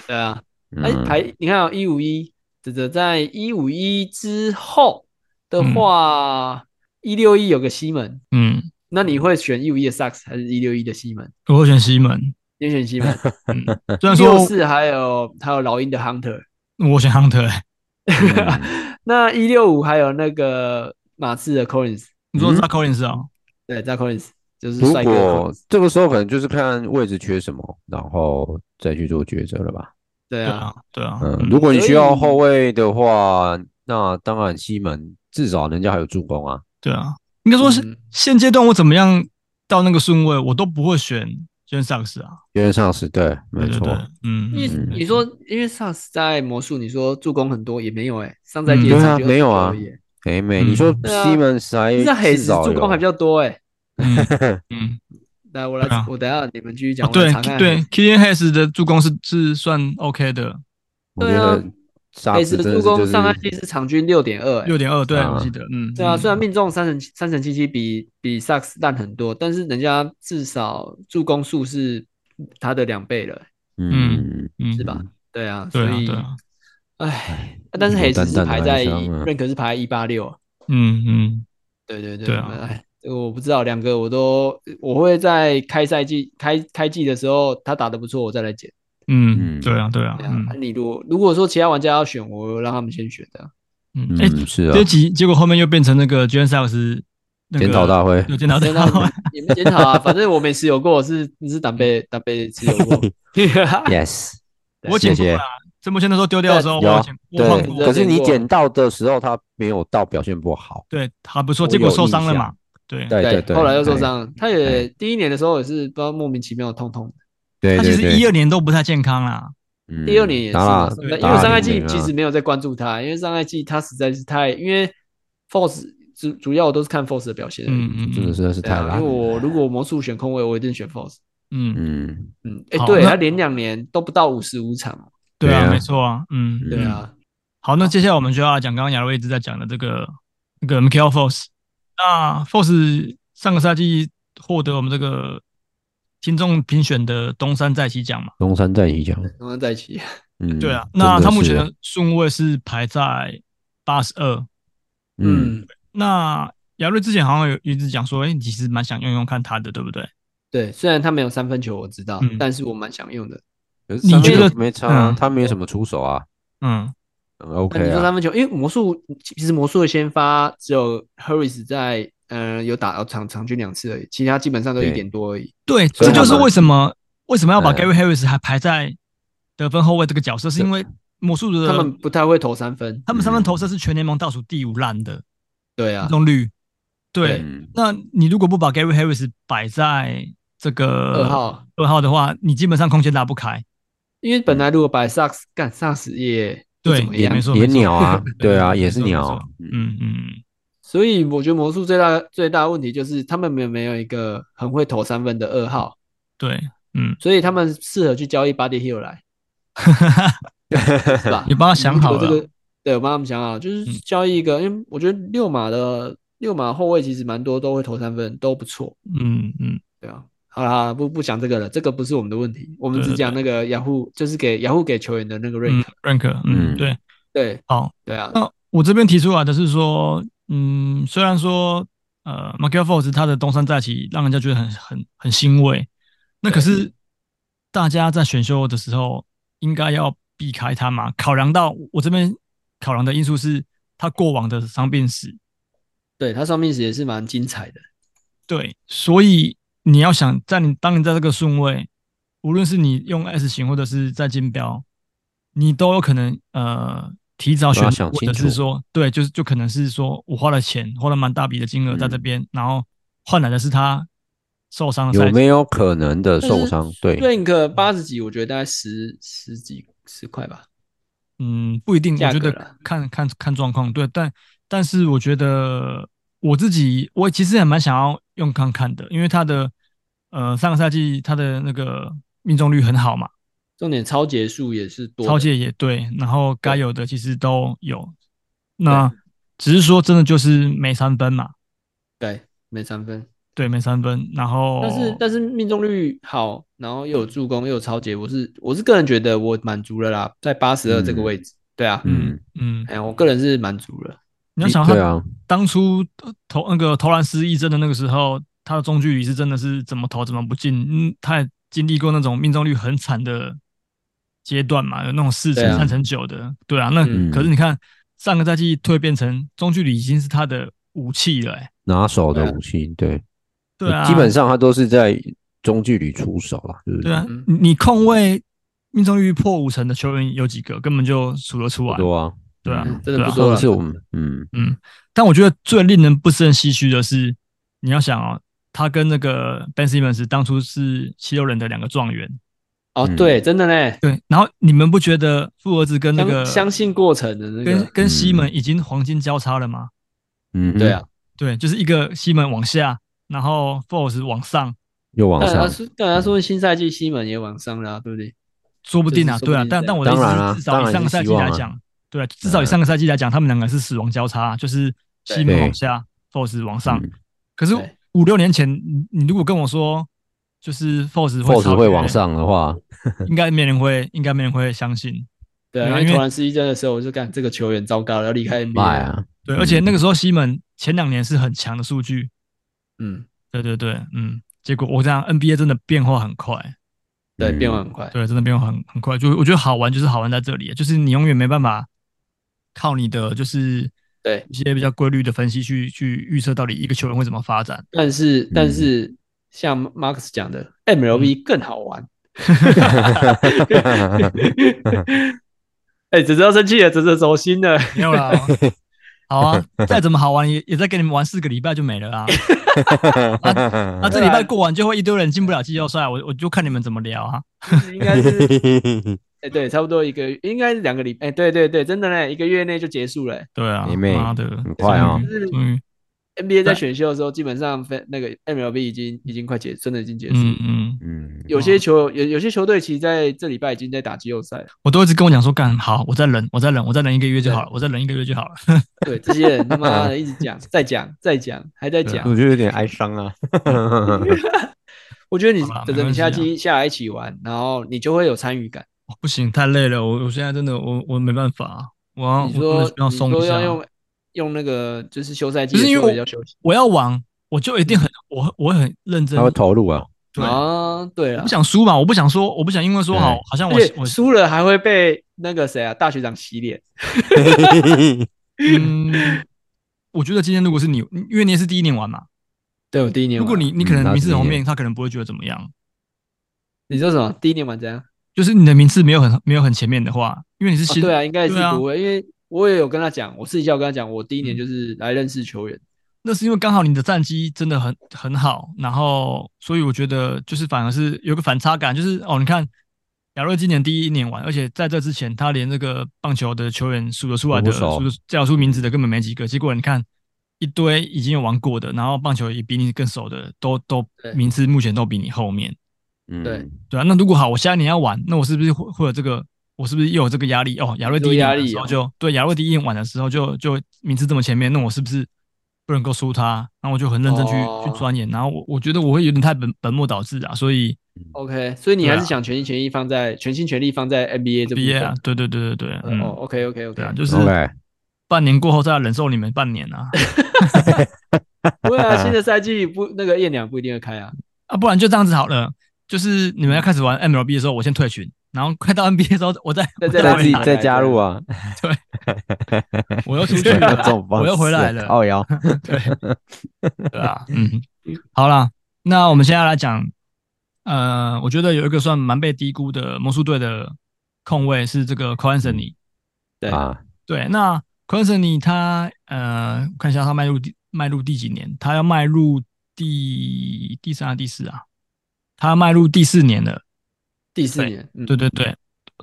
S5: 对啊，哎、
S4: 嗯
S5: 排你看一五一，这这在一五一之后的
S4: 嗯
S5: 话，一六一有个西门，
S2: 嗯，
S5: 那你会选一五一的 Sax 还是一六一的西门？
S2: 我会选西门，
S5: 你选西门，
S4: [laughs]
S2: 嗯，虽然
S5: 六
S2: 说
S5: 四还有还有老鹰的 Hunter，
S2: 我选 [laughs] Hunter，、欸、
S4: 嗯
S5: 那一六五还有那个马刺的 Collins，
S2: 你说
S4: 嗯
S2: z a Collins 哦，
S5: 对，在 Collins 就是
S4: 如
S5: 帅哥
S4: 果
S5: Collins，
S4: 这个时候可能就是看位置缺什么，然后再去做抉择了吧。
S5: 对
S2: 对
S5: 啊
S2: 啊，对啊，
S4: 嗯，如果你
S5: 所
S4: 需要
S5: 以
S4: 后卫的话，那当然西门至少人家还有助攻啊。
S2: 对啊，应该说是
S5: 嗯
S2: 现阶段我怎么样到那个顺位，我都不会选 j a n s a x 啊，
S4: 有点像是对，没
S2: 对对
S4: 错
S2: 对，，嗯，
S5: 因为
S2: 嗯
S5: 你说，因为 Sucks 在魔术，你说助攻很多也没有哎、上赛季
S2: 嗯
S5: 也
S2: 对
S5: 场
S4: 啊
S5: 均
S4: 没有啊
S5: 29而已欸
S4: 哎美，
S2: 嗯
S4: 你说
S5: 对啊
S4: 西门还
S5: 那黑
S4: 至
S5: 子
S4: 少
S5: 助
S4: 有
S5: 攻还比较多哎、
S2: 嗯
S5: [laughs]
S2: 嗯，
S5: 来，我来
S2: 对啊，
S5: 我等一下你们继续
S2: 哦
S5: 讲。我来
S2: 对
S5: 查看
S2: 对 k i l i a n Hayes 的助攻是是算 OK 的，
S4: 我觉
S5: 对啊
S4: 得沙
S5: 黑
S4: 子
S5: 子
S4: 真的
S5: 助
S4: 是
S5: 攻
S4: 就是
S5: 上赛季是场均六点二，
S2: 六点二，对
S4: 啊
S2: 我记得，嗯，
S5: 对啊，
S2: 嗯
S5: 虽然命中三成三成七七比比萨克斯烂很多，但是人家至少助攻数是他的两倍了，
S4: 嗯，
S2: 嗯
S5: 是吧？对啊，所
S2: 对啊
S5: 以
S2: 对啊，
S5: 唉，但是黑子是排
S4: 淡淡
S5: 在
S4: 的哀伤啊
S5: 认可是排一八六，
S2: 嗯嗯，
S5: 对对对，
S2: 对啊
S5: 唉。这个我不知道，两个我都我会在开赛季开开季的时候，他打得不错，我再来捡。
S2: 嗯，
S4: 嗯
S2: 对啊，对啊，
S5: 对啊，
S2: 嗯
S5: 啊你如果如果说其他玩家要选，我让他们先选的。啊
S2: 嗯，哎，
S4: 嗯，是啊
S2: 这，集结果后面又变成那个 j a n s a x 那个
S4: 检讨大会，
S2: 有检讨
S5: 真的
S2: 大会，
S5: 也没检讨啊，反正我没持有过，我是你是胆被胆被持有
S2: [laughs]
S5: 过。
S4: Yes，
S2: [laughs] 我
S4: 谢
S2: 捡过
S4: 谢
S2: 啦。陈柏轩那时候丢掉的时候，我
S4: 有
S2: 有捡，我换
S4: 对，
S2: 过
S4: 可，是你
S5: 我
S4: 捡到的时候，他没有到表现不好。
S2: 对，还不错，
S4: 我
S2: 结果
S4: 有
S2: 受
S4: 印
S2: 伤了
S4: 象
S2: 嘛，对，
S4: 对对对，
S5: 后来又受
S4: 哎。
S5: 伤，他也第一年的时候也是不知道莫名其妙痛痛。
S4: 对
S2: 他其
S4: 对
S2: 实
S4: 对，
S2: 一二年都不太健康啦，
S4: 嗯
S5: 第二年也是
S4: 打
S5: 嘛，
S4: 了
S5: 上
S2: 对
S5: 赛因
S2: 打
S5: 为
S2: 了
S5: 上赛
S4: 零
S5: 季
S4: 零啊
S5: 其实没有在关注他，因为上赛季他实在是太，因为 Force 主主要我都是看 Force 的表现而已。
S2: 嗯嗯，
S4: 真的实在是
S5: 对
S4: 太
S5: 啊，
S4: 烂
S5: 因为
S4: 了。
S5: 我如果魔术选空位，我一定选 Force。
S2: 嗯，
S4: 嗯，
S5: 嗯，哎、
S2: 好
S5: 对
S2: 那
S5: 他连两年都不到五十五场，
S2: 对
S4: 对
S2: 啊，
S4: 啊
S2: 没错啊，嗯，
S5: 对啊，
S2: 好，那接下来我们就要讲刚刚亚瑞一直在讲的这个那个 Michael Force。那 Force 上个赛季获得我们这个听众评选的东山再起奖嘛？
S4: 东山再起讲，
S5: 刚刚在一起，
S4: 嗯，
S2: 对啊，
S4: 真的
S2: 那他目
S4: 是
S2: 前的顺位是排在八十二。
S4: 嗯，
S5: 嗯，
S2: 那亚瑞之前好像有一直讲说，哎、你其实蛮想用用看他的，对不对？
S5: 对，虽然他没有三分球，我知道，
S2: 嗯
S5: 但是我蛮想用的。
S4: 可是
S2: 你
S4: 三
S2: 觉
S4: 分
S2: 得
S4: 球没差啊
S2: 嗯，
S4: 他没有什么出手啊，
S2: 嗯，
S4: 很
S5: 那你
S4: OK
S5: 说
S4: 啊
S5: 三，分球，因为魔术其实魔术的先发只有 Harris 在，呃，有打到场场均两次而已，其他基本上都一
S4: 对
S5: 点多而已。
S2: 对，
S4: 所
S2: 这
S4: 以他
S2: 就是
S4: 们
S2: 为什么为什么要把
S4: 嗯
S2: Gary Harris 还排在得分后卫这个角色，是因为魔术的
S5: 他们不太会投三分。
S2: 啊他们
S4: 嗯
S2: 三分投射是全联盟倒数第五烂的
S5: 对
S2: 命
S5: 啊，
S2: 中率。对，
S6: 嗯
S2: 那你如果不把 Gary Harris 摆在这个
S5: 二号，
S2: 二号的话，你基本上空间拉不开。
S5: 因为本来如果摆 Sucks 干 Sucks 也不
S2: 对
S5: 怎么
S2: 也
S5: 样
S2: 没，错，
S4: 也鸟啊
S2: [laughs]
S4: 对啊，
S2: 没错
S4: 也是
S2: 没错
S4: 鸟
S2: 没错。嗯嗯，
S5: 所以我觉得魔术最大最大的问题就是他们没有没有一个很会投三分的二号，
S2: 对， [laughs] 嗯，
S5: 所以他们适合去交易 Body Hill 来，
S2: [laughs]
S5: 是吧？
S2: 你帮他想好
S5: 如果这
S2: 了。
S5: 个，对我帮他们想好，就是
S2: 嗯
S5: 交易一个，因为我觉得六码的六码后卫其实蛮多都会投三分，都不错，
S2: 嗯嗯，
S5: 对啊。好啦，好啦不不讲这个了，这个不是我们的问题，我们
S2: 对
S5: 只
S2: 对
S5: 讲那个 Yahoo，就是给 Yahoo 给球员的那个 rank，、
S2: 嗯，rank，嗯，
S6: 嗯
S2: 对，
S5: 对
S2: 好。
S5: 对啊，
S2: 那我这边提出来的是说，嗯，虽然说呃 m i c h a e l Fox 他的东山再起让人家觉得很很很欣慰，那可是大家在选秀的时候应该要避开他嘛。考量到我这边考量的因素是他过往的伤病史，
S5: 对他上面也是蛮精彩的，
S2: 对，所以你要想在你当你在这个顺位，无论是你用 S 型或者是在竞标，你都有可能呃提早
S4: 都要
S2: 选，
S4: 想
S2: 或
S4: 清
S2: 者是
S4: 楚
S2: 说对，就是就可能是说我花了钱，花了蛮大笔的金额在这
S6: 嗯
S2: 边，然后换来的是他受伤的赛
S4: 有
S2: 季
S4: 没有可能的受伤？对，啊
S5: rank 八十几，我觉得大概十十几十块吧，
S2: 嗯，不一定，我
S5: 价
S2: 觉
S5: 格
S2: 得
S5: 啦
S2: 看看看状况，对，但但是我觉得我自己，我其实还蛮想要用看看的，因为他的呃上个赛季他的那个命中率很好嘛，
S5: 重点超节数也是多的，
S2: 超界也对，然后该有的其实都有，那只是说真的就是没三分嘛，
S5: 对没三分，
S2: 对，没三分，然后
S5: 但是但是命中率好，然后又有助攻又有超节，我是我是个人觉得我满足了啦，在八十二这个
S6: 嗯
S5: 位置，对啊，
S6: 嗯，
S2: 嗯，
S5: 哎呀，我个人是满足了，
S2: 你要想
S4: 对
S2: 他
S4: 啊，
S2: 当初呃投那个投篮失忆症的那个时候，他的中距离是真的是怎么投怎么不进，嗯，他也经历过那种命中率很惨的阶段嘛，有那种四成
S5: 对啊
S2: 三成九的，对啊，那
S5: 嗯
S2: 可是你看上个赛季蜕变成中距离已经是他的武器了、欸，
S4: 拿手的武器，对，
S2: 对啊，
S4: 基本上他都是在中距离出手啦，对不
S2: 对啊
S5: 嗯，
S2: 你你控卫命中率破五成的球员有几个，根本就数得出
S4: 不
S2: 来。
S4: 多啊，
S2: 对啊
S5: 嗯，真
S2: 对
S5: 的
S2: 啊
S5: 不。多
S4: 这
S5: 了
S4: 是，我们嗯，
S2: 但我觉得最令人不胜唏嘘的是，你要想哦，他跟那个 Ben Simmons 当初是七六人的两个状元，
S5: 哦
S6: 嗯
S5: 对，真的呢，
S2: 对。然后你们不觉得富儿子跟那
S5: 相
S2: 个
S5: 相信过程的那
S2: 跟
S5: 个，
S2: 跟西门已经黄金交叉了吗？
S4: 嗯哼，
S5: 对啊，
S2: 对，就是一个西门往下，然后 Force 往上，
S4: 又往
S5: 但他
S4: 上，
S5: 说但他说新赛季西门也往上了啊，对不对？
S2: 说不定啊，
S5: 这是说不
S2: 对啊。
S5: 定
S2: 但
S5: 的
S2: 但我的意思
S4: 当然啊
S2: 是，至少
S4: 当然
S2: 以
S4: 是
S2: 上个赛季
S4: 希望
S2: 来
S4: 啊
S2: 讲，对啊，至少以上个赛季来讲，他们两个是死亡交叉，就是西门
S4: 对
S2: 往下，Force 往上。
S6: 嗯
S2: 可是
S5: 对
S2: 五六年前，你你如果跟我说，就是 Force 会
S4: Force
S2: 超
S4: 会
S2: 越
S4: 往，上的话，
S2: 应该没人会，应该没人会相信。
S5: 对
S2: 对
S5: 啊，因
S2: 啊
S5: 为
S2: 因为
S5: 投篮失忆症的时候，我就干这个球员糟糕了，要离开 NBA，
S4: 卖
S5: 了
S4: 啊，
S2: 对，
S4: 嗯
S2: 而且那个时候西门前两年是很强的数据，
S5: 嗯，
S2: 对对对，嗯。结果我这样 NBA 真的变化很快，
S5: 对，
S6: 嗯
S5: 变化很快，
S2: 对，真的变化很很快。就我觉得好玩就是好玩在这里，就是你永远没办法靠你的就是
S5: 对
S2: 一些比较规律的分析去去预测到底一个球员会怎么发展。
S5: 但
S4: 嗯
S5: 是但是像 Max 讲的，MLB 更好玩。 [laughs]
S4: [laughs]
S5: 哎、只知道生气了，只是走心了。 [laughs]
S2: 没有啦，好啊，再怎么好玩也也再跟你们玩四个礼拜就没了啊。那这礼拜过完就会一堆人进不了季后赛，啊我我就看你们怎么聊啊。
S5: 应
S4: [laughs]
S5: 该是哎、对，差不多一个，应该是两个礼拜。哎、对对对，真的嘞，一个月内就结束了。
S2: 对啊，
S4: 你妹
S2: 妈的，
S4: 很快啊
S2: 终于终于，
S5: NBA 在
S2: 对
S5: 选秀的时候，基本上非那个 MLB 已经已经快结，真的已经结束。
S2: 嗯嗯，
S6: 嗯，
S5: 有些球有有些球队其实在这礼拜已经在打季后赛了。
S2: 我都一直跟我讲说，干好，我再忍，我再忍，我再忍一个月就好了，我再忍一个月就好了。
S5: 对，这些人他
S2: 嗯
S5: 妈的一直讲，再讲，再讲，还在讲。
S4: 我觉得有点哀伤 [laughs] 啊，
S5: 我觉得你
S2: 好啦
S5: 等
S2: 没关
S5: 着你
S2: 系
S5: 下
S2: 啊
S5: 季下来一起玩，然后你就会有参与感。
S2: 哦不行，太累了，我我现在真的我我没办法，啊我要哦我
S5: 你
S2: 真
S5: 说
S2: 的需要
S5: 你
S2: 松
S5: 说
S2: 一下
S5: 要。用用那个就是休赛
S2: 不
S5: 季的
S2: 是因
S5: 球
S2: 为
S5: 员要休息
S2: 我要玩，我就一定很我我会很认真
S4: 他会，投入啊，
S2: 对，我
S5: 啊，对了
S2: 不，想输嘛，我不想说，我不想因为说好
S4: 对
S2: 好像我
S5: 而且
S2: 我
S5: 输了还会被那个谁啊大学长洗脸。
S2: 嗯，我觉得今天如果是你，因为你也是第一年玩嘛，
S5: 对我第一年玩，
S2: 如果你你
S4: 嗯
S2: 可能
S4: 那
S2: 名
S4: 是
S2: 次
S4: 第一
S2: 后
S4: 年
S2: 面，他可能不会觉得怎么样。
S5: 你说什么第一年玩怎样？
S2: 就是你的名次没有很没有很前面的话，因为你是
S5: 啊
S2: 新、
S5: 对啊，应该是
S2: 对啊嗯
S5: 不会，因为我也有跟他讲，我私底下有跟他讲，我第一年就是来认识球员，
S2: 那是因为刚好你的战绩真的很很好，然后所以我觉得就是反而是有个反差感，就是哦，你看亚瑞今年第一年玩，而且在这之前他连这个棒球的球员数得出来的、
S4: 我不熟
S2: 数得叫得出名字的根本没几个，结果你看一堆已经有玩过的，然后棒球也比你更熟的，都都
S5: 对
S2: 名次目前都比你后面，
S4: 嗯
S5: 对
S2: 对啊，那如果好，我下一年要玩，那我是不是会会有这个？我是不是又有这个压力？哦，亚瑞第一
S5: 有
S2: 年
S5: 压
S2: 玩的
S5: 力
S2: 时候
S5: 哦
S2: 就、对亚瑞第一年玩的时候就就名次这么前面，那我是不是不能够输他？然后我就很认真去、
S5: 哦
S2: 去钻研，然后我我觉得我会有点太本本末倒置啊，所以
S5: OK，所以你
S2: 对啊
S5: 还是想全心全意放在全心全力放在 NBA 这部
S2: B A 啊
S5: 分。，
S2: 对对对对对，嗯，
S5: 哦，OK OK OK，
S2: 对啊，就是
S4: OK
S2: 半年过后再来忍受你们半年啊，
S5: 不
S2: [laughs]
S5: 会啊，新的赛季不那个艳鸟不一定会开啊。
S2: 啊，不然就这样子好了，就是你们要开始玩 M L B 的时候，我先退群，然后快到 N B A 的时候，我再我
S5: 再再
S2: 来
S5: 来
S4: 再自己
S5: 打
S4: 再加入啊，
S2: 我又出去
S4: [laughs] 这
S2: 了，
S4: 种方式
S2: 我又回来了，
S4: 靠腰， [laughs]
S2: 对，对啊，嗯，好啦，那我们现在来讲，呃，我觉得有一个算蛮被低估的魔术队的控卫是这个 c o a n s o n
S4: 嗯
S2: y
S5: 对
S4: 啊，
S2: 对，那 c o a n s o n y 他呃，我看一下他迈入第迈入第几年？他要迈入第第三还是第四啊？他迈入第四年了。
S5: 第四年，嗯
S2: 对对对，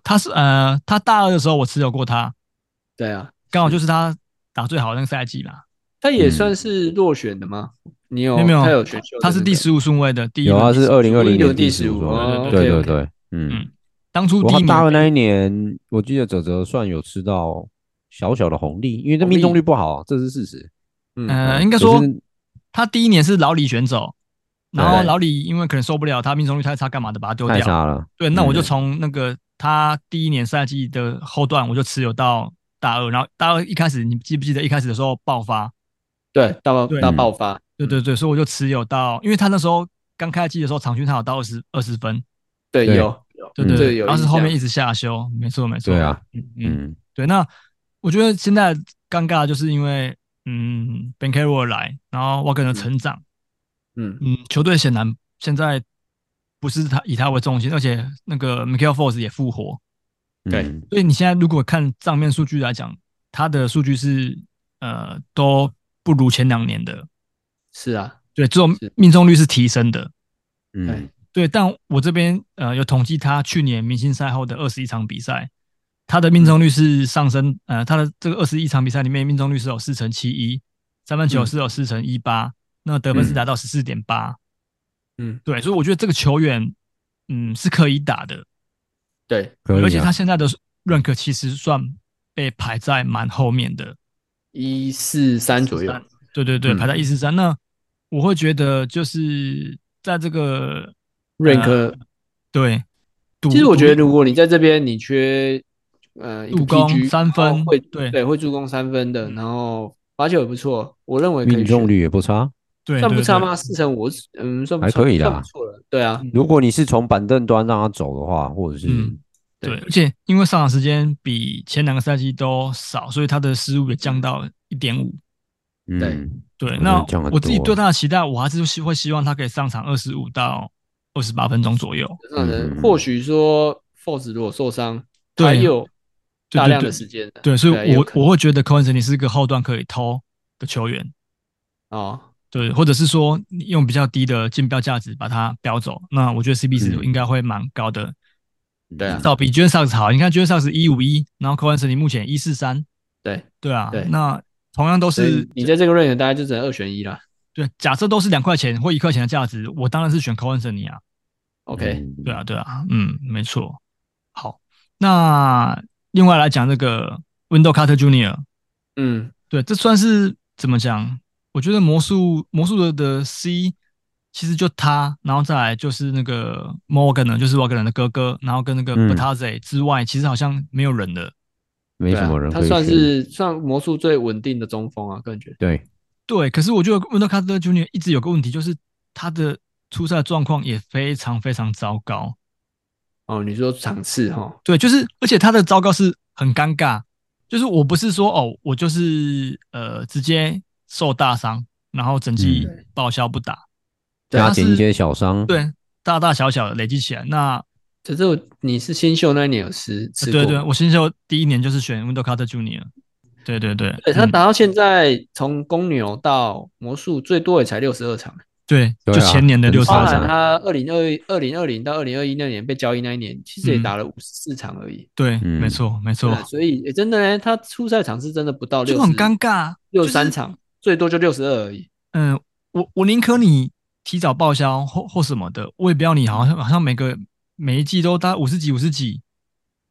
S2: 他是呃，他大二的时候我持有过他，
S5: 对啊，
S2: 刚好就是他打最好的那个赛季啦。
S5: 他也
S4: 嗯
S5: 算是落选的吗？你有
S2: 没有没
S5: 他
S2: 有
S5: 选秀的那个，
S2: 他是第十五顺位的第一
S4: 有
S2: 轮
S4: 啊，
S2: 第
S4: 是
S2: 十
S4: 二零二零年
S5: 第
S4: 十
S5: 15
S4: 五
S5: 哦
S4: 对对
S5: OK，OK
S4: 对，嗯
S2: 嗯，当初
S4: 我
S2: 第一名
S4: 大二那一年，我记得哲哲算有吃到小小的红利，因为这
S5: 红利
S4: 命中率不好，啊这是事实。
S5: 嗯，
S2: 呃，
S4: 嗯
S2: 应该说
S4: 可是
S2: 他第一年是老李选走，然后
S4: 对
S2: 老李因为可能受不了他命中率太差，干嘛的把他丢
S4: 太
S2: 掉。
S4: 差了，
S2: 对，那我就
S4: 嗯
S2: 从那个他第一年赛季的后段，我就持有到大二，然后大二一开始你记不记得一开始的时候爆发？
S5: 对，大爆
S2: 对
S5: 大爆发，
S2: 对对对，所以我就持有到，因为他那时候刚开季的时候场均他有到二十二十分，
S5: 对，
S4: 对
S5: 有有
S2: 对
S4: 嗯
S2: 对
S5: 这个
S2: 对，
S5: 有
S2: 然后是
S5: 印
S2: 后面
S5: 象
S2: 一直下修，没错没错。
S4: 对啊，
S2: 嗯嗯，
S4: 嗯，
S2: 对。那我觉得现在尴尬的就是因为嗯，Ben Carroll 来，然后 w a g n 的成长，
S5: 嗯，
S2: 嗯，球队显然现在不是他以他为重心，而且那个 Michael Force 也复活，
S5: 对
S4: 嗯，
S2: 所以你现在如果看账面数据来讲，他的数据是呃都不如前两年的，
S5: 是啊，哎
S2: 对，只有
S5: 是
S2: 命中率是提升的，
S4: 嗯，
S2: 对。但我这边呃有统计他去年明星赛后的二十一场比赛，他的命中率是上升，呃，他的这个二十一场比赛里面命中率是有四乘七一，三分球
S5: 嗯
S2: 是有四乘一八，那得分是达到十四点八。
S5: 嗯，
S2: 对，所以我觉得这个球员，嗯，是可以打的，
S5: 对，
S4: 可以啊
S2: 而且他现在的 rank 其实算被排在蛮后面的，
S5: 一四三左右，
S2: 对对对，
S5: 嗯
S2: 排在一四三。那我会觉得就是在这个
S5: rank
S2: 对，啊赌
S5: 其实我觉得，
S2: 赌
S5: 如果你在这边你缺呃一个
S2: 助攻
S5: PG
S2: 三分
S5: 然后会
S2: 对嗯
S5: 对会助攻三分的，然后罚球也不错，我认为可以
S4: 命中
S5: 选
S4: 率也不差。
S2: 对
S5: 算不差？
S2: 对
S5: 吗？四成五，嗯，算不
S4: 还
S5: 错
S4: 可以
S5: 算
S4: 啦
S5: 不错了。对啊，
S4: 如果你是从板凳端让他走的话，或者是
S2: 嗯对对，而且因为上场时间比前两个赛季都少，所以他的失误也降到一点五。
S5: 对
S4: 嗯，
S2: 对，
S4: 嗯
S2: 那
S4: 降很
S2: 我自己
S4: 多
S2: 对
S4: 啊
S2: 他的期待，我还是希会希望他可以上场二十五到二十八分钟左右。
S5: 让人
S4: 嗯
S5: 或许说 Force 如果受伤，
S2: 对
S5: 他有
S2: 对
S5: 大
S2: 对
S5: 量
S2: 对
S5: 的时间的。
S2: 对，所以
S5: 有
S2: 我
S5: 可能
S2: 我会觉得 c o i n s 你是一个后段可以偷的球员，
S5: 哦，
S2: 对，或者是说你用比较低的竞标价值把它标走，那我觉得 CP 值
S4: 嗯
S2: 应该会蛮高的，
S5: 对啊，
S2: 到比 j o n s o x 好。你看 j o n s o x 一五一，然后 c o i n s 你目前一四三，
S5: 对，
S2: 对啊，
S5: 对
S2: 那同样都
S5: 所以
S2: 是
S5: 你在这个 range 大概就只能二选一啦。
S2: 对，假设都是两块钱或一块钱的价值，我当然是选 c o i n s 你啊，
S5: OK，
S2: 对啊，对啊，嗯，没错。好，那另外来讲这个 Window Carter Junior，
S5: 嗯，
S2: 对，这算是怎么讲？我觉得魔术魔术的的 C 其实就他，然后再来就是那个 Morgan 呢，就是 Morgan 的哥哥，然后跟那个
S4: 嗯
S2: Batazze 之外，其实好像没有人了。
S4: 没
S5: 对
S4: 什
S5: 啊
S4: 么人可
S5: 他
S4: 以选。
S5: 算是算魔术最稳定的中锋啊，个人觉得。
S4: 对，
S2: 对，可是我觉得 Window Carter Junior 一直有个问题，就是他的出赛状况也非常非常糟糕。
S5: 哦，你说场次哈，
S2: 对，就是而且他的糟糕是很尴尬，就是我不是说哦，我就是呃直接受大伤，然后整季
S4: 嗯
S2: 报销不打，
S4: 加
S2: 他
S4: 减一
S2: 是
S4: 些小伤，
S2: 对，大大小小的累积起来。那呃
S5: 可是我你是新秀那一年有吃吃过，
S2: 对对，我新秀第一年就是选 Window Carter Junior，对对对，
S5: 对他
S2: 嗯
S5: 打到现在，从公牛到魔术，最多也才六十二场，
S2: 对
S4: 对
S2: 就
S4: 啊
S2: 前年的
S4: 很
S2: 六十
S4: 少
S5: 包
S2: 二
S4: 啊
S5: 含
S2: 场，
S5: 他二零二二零二零到二零二一那年被交易那一年，其实也
S2: 嗯
S5: 打了五十四场而已。
S2: 对，
S4: 嗯
S2: 没错没错
S5: 对，，所以也真的呢，他出赛场是真的不到六
S2: 就
S5: 十，
S2: 很尴尬，
S5: 六
S2: 就是
S5: 十三场，最多就六十二而已。
S2: 嗯，我我宁可你提早报销或或什么的，我也不要你好像好像每个每一季都打五十几五十几，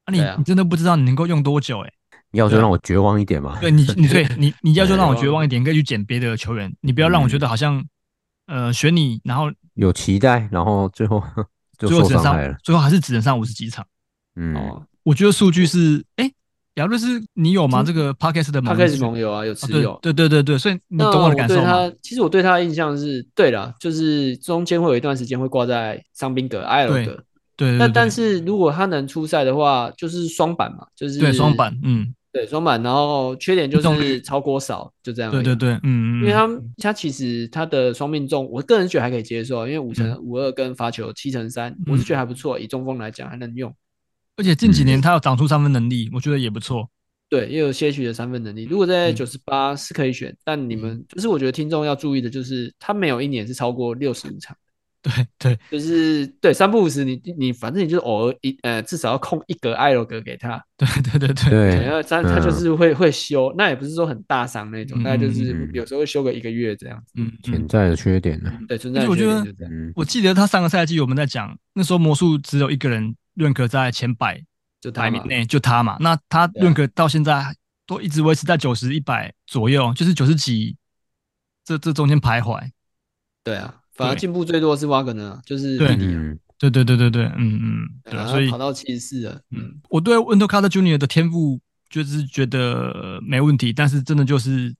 S2: 啊你
S5: 对啊
S2: 你真的不知道你能够用多久哎、
S4: 你要说让我绝望一点嘛？
S2: 对
S5: [laughs]
S2: 你你对你你
S5: 啊
S2: 要就让我
S4: 对
S2: 绝望一点，你可以去捡别的球员，你不要让
S5: 嗯
S2: 我觉得好像呃选你，然后
S4: 有期待，然后
S2: [laughs]
S4: 最后就
S2: 最后
S4: 受
S2: 只能上
S4: 伤害了。
S2: 最后还是只能上五十几场。
S4: 嗯，
S5: 哦，
S2: 我觉得数据是哎，亚瑞斯你有吗？
S5: 嗯
S2: 这个 podcast 的
S5: 他
S2: 盟
S5: 开始
S2: 友
S5: 盟友啊，有
S2: 啊
S5: 持
S2: 对
S5: 有。
S2: 对对对对，所以你
S5: 那
S2: 懂我的感受
S5: 对
S2: 吗？
S5: 他，其实我对他的印象是，对了，就是中间会有一段时间会挂在伤兵格、艾尔
S2: 对
S5: 格。
S2: 对对对，
S5: 那但
S2: 对
S5: 是如果他能出赛的话，就是双板嘛，就是
S2: 对双板，嗯，
S5: 对双板，然后缺点就
S2: 命中
S5: 是超过少，就这样而
S2: 对对
S5: 已。
S2: 对，嗯，嗯
S5: 因
S2: 嗯
S5: 为他他其实他的双命中，我个人觉得还可以接受，因为五
S2: 嗯
S5: 乘五二跟罚球七乘三，我是觉得还不错，以中锋来讲还能用。
S2: 而且近几
S5: 嗯
S2: 年他有长出三分能力，我觉得也不错。
S5: 对，也有些许的三分能力。如果在
S2: 嗯
S5: 九十八是可以选，但你们就是我觉得听众要注意的就是，他没有一年是超过六十五场，
S2: 对对
S5: 就是对三不五十，你你反正你就是偶尔一呃至少要空一格艾罗格给他，
S2: 对对对对，
S5: 对，
S4: 对，
S5: 要他他
S4: 嗯
S5: 就是会会休，那也不是说很大伤那种，
S2: 嗯
S5: 大概就是
S4: 嗯嗯
S5: 有时候会休个一个月这样子。
S2: 嗯，
S4: 潜
S2: 嗯
S4: 在的缺点呢？
S5: 对，存
S2: 而
S5: 在
S2: 且我觉
S5: 缺点
S2: 得
S5: 就这样。
S4: 嗯，
S2: 我记得他上个赛季我们在讲，那时候魔术只有一个人认可在前百
S5: 就他
S2: 百
S5: 嘛
S2: 名，内，就他嘛。那他
S5: 对啊
S2: 认可到现在都一直维持在九十一百左右，就是九十几，这这中间徘徊。
S5: 对啊，反而
S2: 对
S5: 进步最多的是瓦格纳，就是
S2: 对
S5: 弟弟啊，
S4: 嗯，
S2: 对对对对对，嗯嗯，对
S5: 然
S2: 啊，
S5: 后
S2: 所以
S5: 跑到七十四了，嗯，
S2: 我对温特卡特 Junior 的天赋就是觉得呃没问题，但是真的就是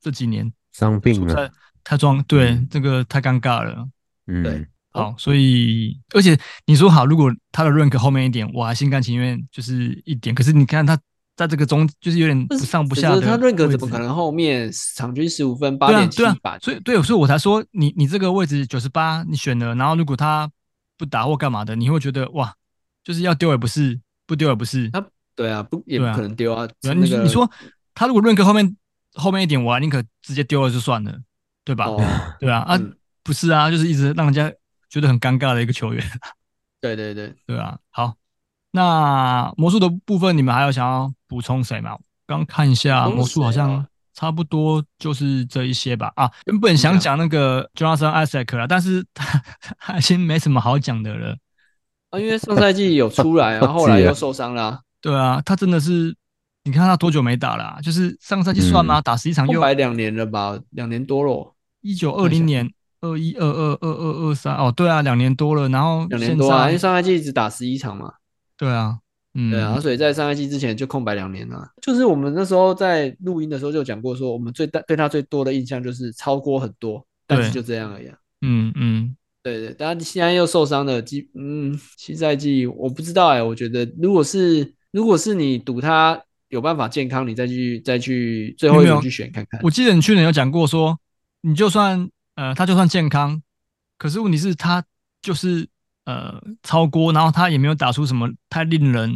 S2: 这几年
S4: 伤病
S2: 出
S4: 了
S2: 赛，太装对
S4: 嗯
S2: 这个太尴尬了。
S4: 嗯
S5: 对，
S2: 好，所以而且你说好，如果他的 rank 后面一点，我还心甘情愿就是一点。可是你看他在这个中，就是有点不上不下
S5: 可
S2: 的
S5: 是他认可
S2: 位
S5: 怎么
S2: 置啊
S5: 可？能后面场均十五分八
S2: 对啊
S5: 点，七
S2: 对啊
S5: 板？，
S2: 所以对，所以我才说你你这个位置九十八，你选了，然后如果他不打或干嘛的，你会觉得哇，就是要丢也不是，不丢也不是。
S5: 他对啊，不也不
S2: 对啊
S5: 可能丢啊。
S2: 对啊
S5: 那
S2: 你
S5: 个
S2: 你说他如果 rank 后面后面一点，我还宁可直接丢了就算了，对吧？
S5: 哦，
S2: 对啊，啊、
S5: 嗯
S2: 不是啊，就是一直让人家觉得很尴尬的一个球员。
S5: 对对对，
S2: 对啊，好，那魔术的部分你们还有想要补充谁吗？刚看一下
S5: 补充谁啊
S2: 魔术好像差不多就是这一些吧。啊，原本想讲那个 Jonathan Isaac 啦，但是他他已经没什么好讲的了。
S5: 啊，因为上赛季有
S2: [laughs]
S5: 出来，然后后来又受伤啦，
S2: 对啊，他真的是，你看他多久没打了啊、就是上赛季算吗？打十一场
S5: 嗯
S2: 啊
S5: 空
S2: 又
S5: 白两年了吧，两年多了，
S2: 一九二零年二一二二二二二三哦，对啊，两年多了。然后
S5: 两年
S2: 现
S5: 多啊，因为
S2: 在
S5: 上赛季只打十一场嘛。
S2: 对啊，嗯，
S5: 对啊，所以在上赛季之前就空白两年了。啊就是我们那时候在录音的时候就有讲过，说我们最大对他最多的印象就是超过很多，但是
S2: 对
S5: 就这样而已、啊。
S2: 嗯嗯，
S5: 对对，但他现在又受伤了，基嗯，新赛季我不知道哎、我觉得如果是如果是你赌他有办法健康，你再去再去最后一
S2: 没有
S5: 轮去选看看。
S2: [laughs] 我记得你去年有讲过说，你就算呃他就算健康，可是问题是他就是呃超锅，然后他也没有打出什么太令人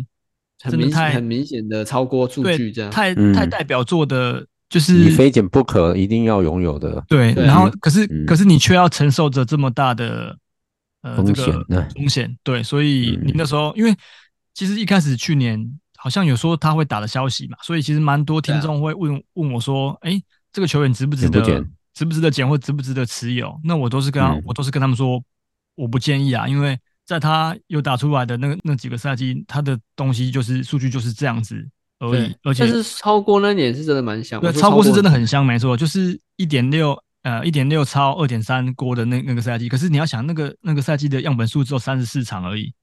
S5: 很
S2: 真的
S5: 明
S2: 太
S5: 很明显的超过数据
S2: 对
S5: 这样。
S2: 太
S4: 嗯
S2: 太代表作的，就是
S4: 你非减不可，一定要拥有的。
S2: 对，
S5: 对
S2: 然后可是
S4: 嗯
S2: 可是你却要承受着这么大的呃这
S4: 风
S2: 个
S4: 险嗯
S2: 风险，对，所以你
S4: 嗯
S2: 那时候因为其实一开始去年好像有说他会打的消息嘛，所以其实蛮多听
S5: 对啊
S2: 众会问问我说，哎，这个球员值不值
S4: 捡不
S2: 得
S4: 捡
S2: 值不值得捡或值不值得持有？那我都是跟他
S4: 嗯
S2: 我都是跟他们说，我不建议啊，因为在他有打出来的那个那几个赛季，他的东西就是数据就是这样子而已
S5: 对，
S2: 而且
S5: 但是超过那年是真的蛮像，
S2: 对，
S5: 我说
S2: 超
S5: 过
S2: 过是真的很香，没错，就是一点六呃一点六超二点三锅的那那个赛季。可是你要想，那个那个赛季的样本数只有三十四场而已，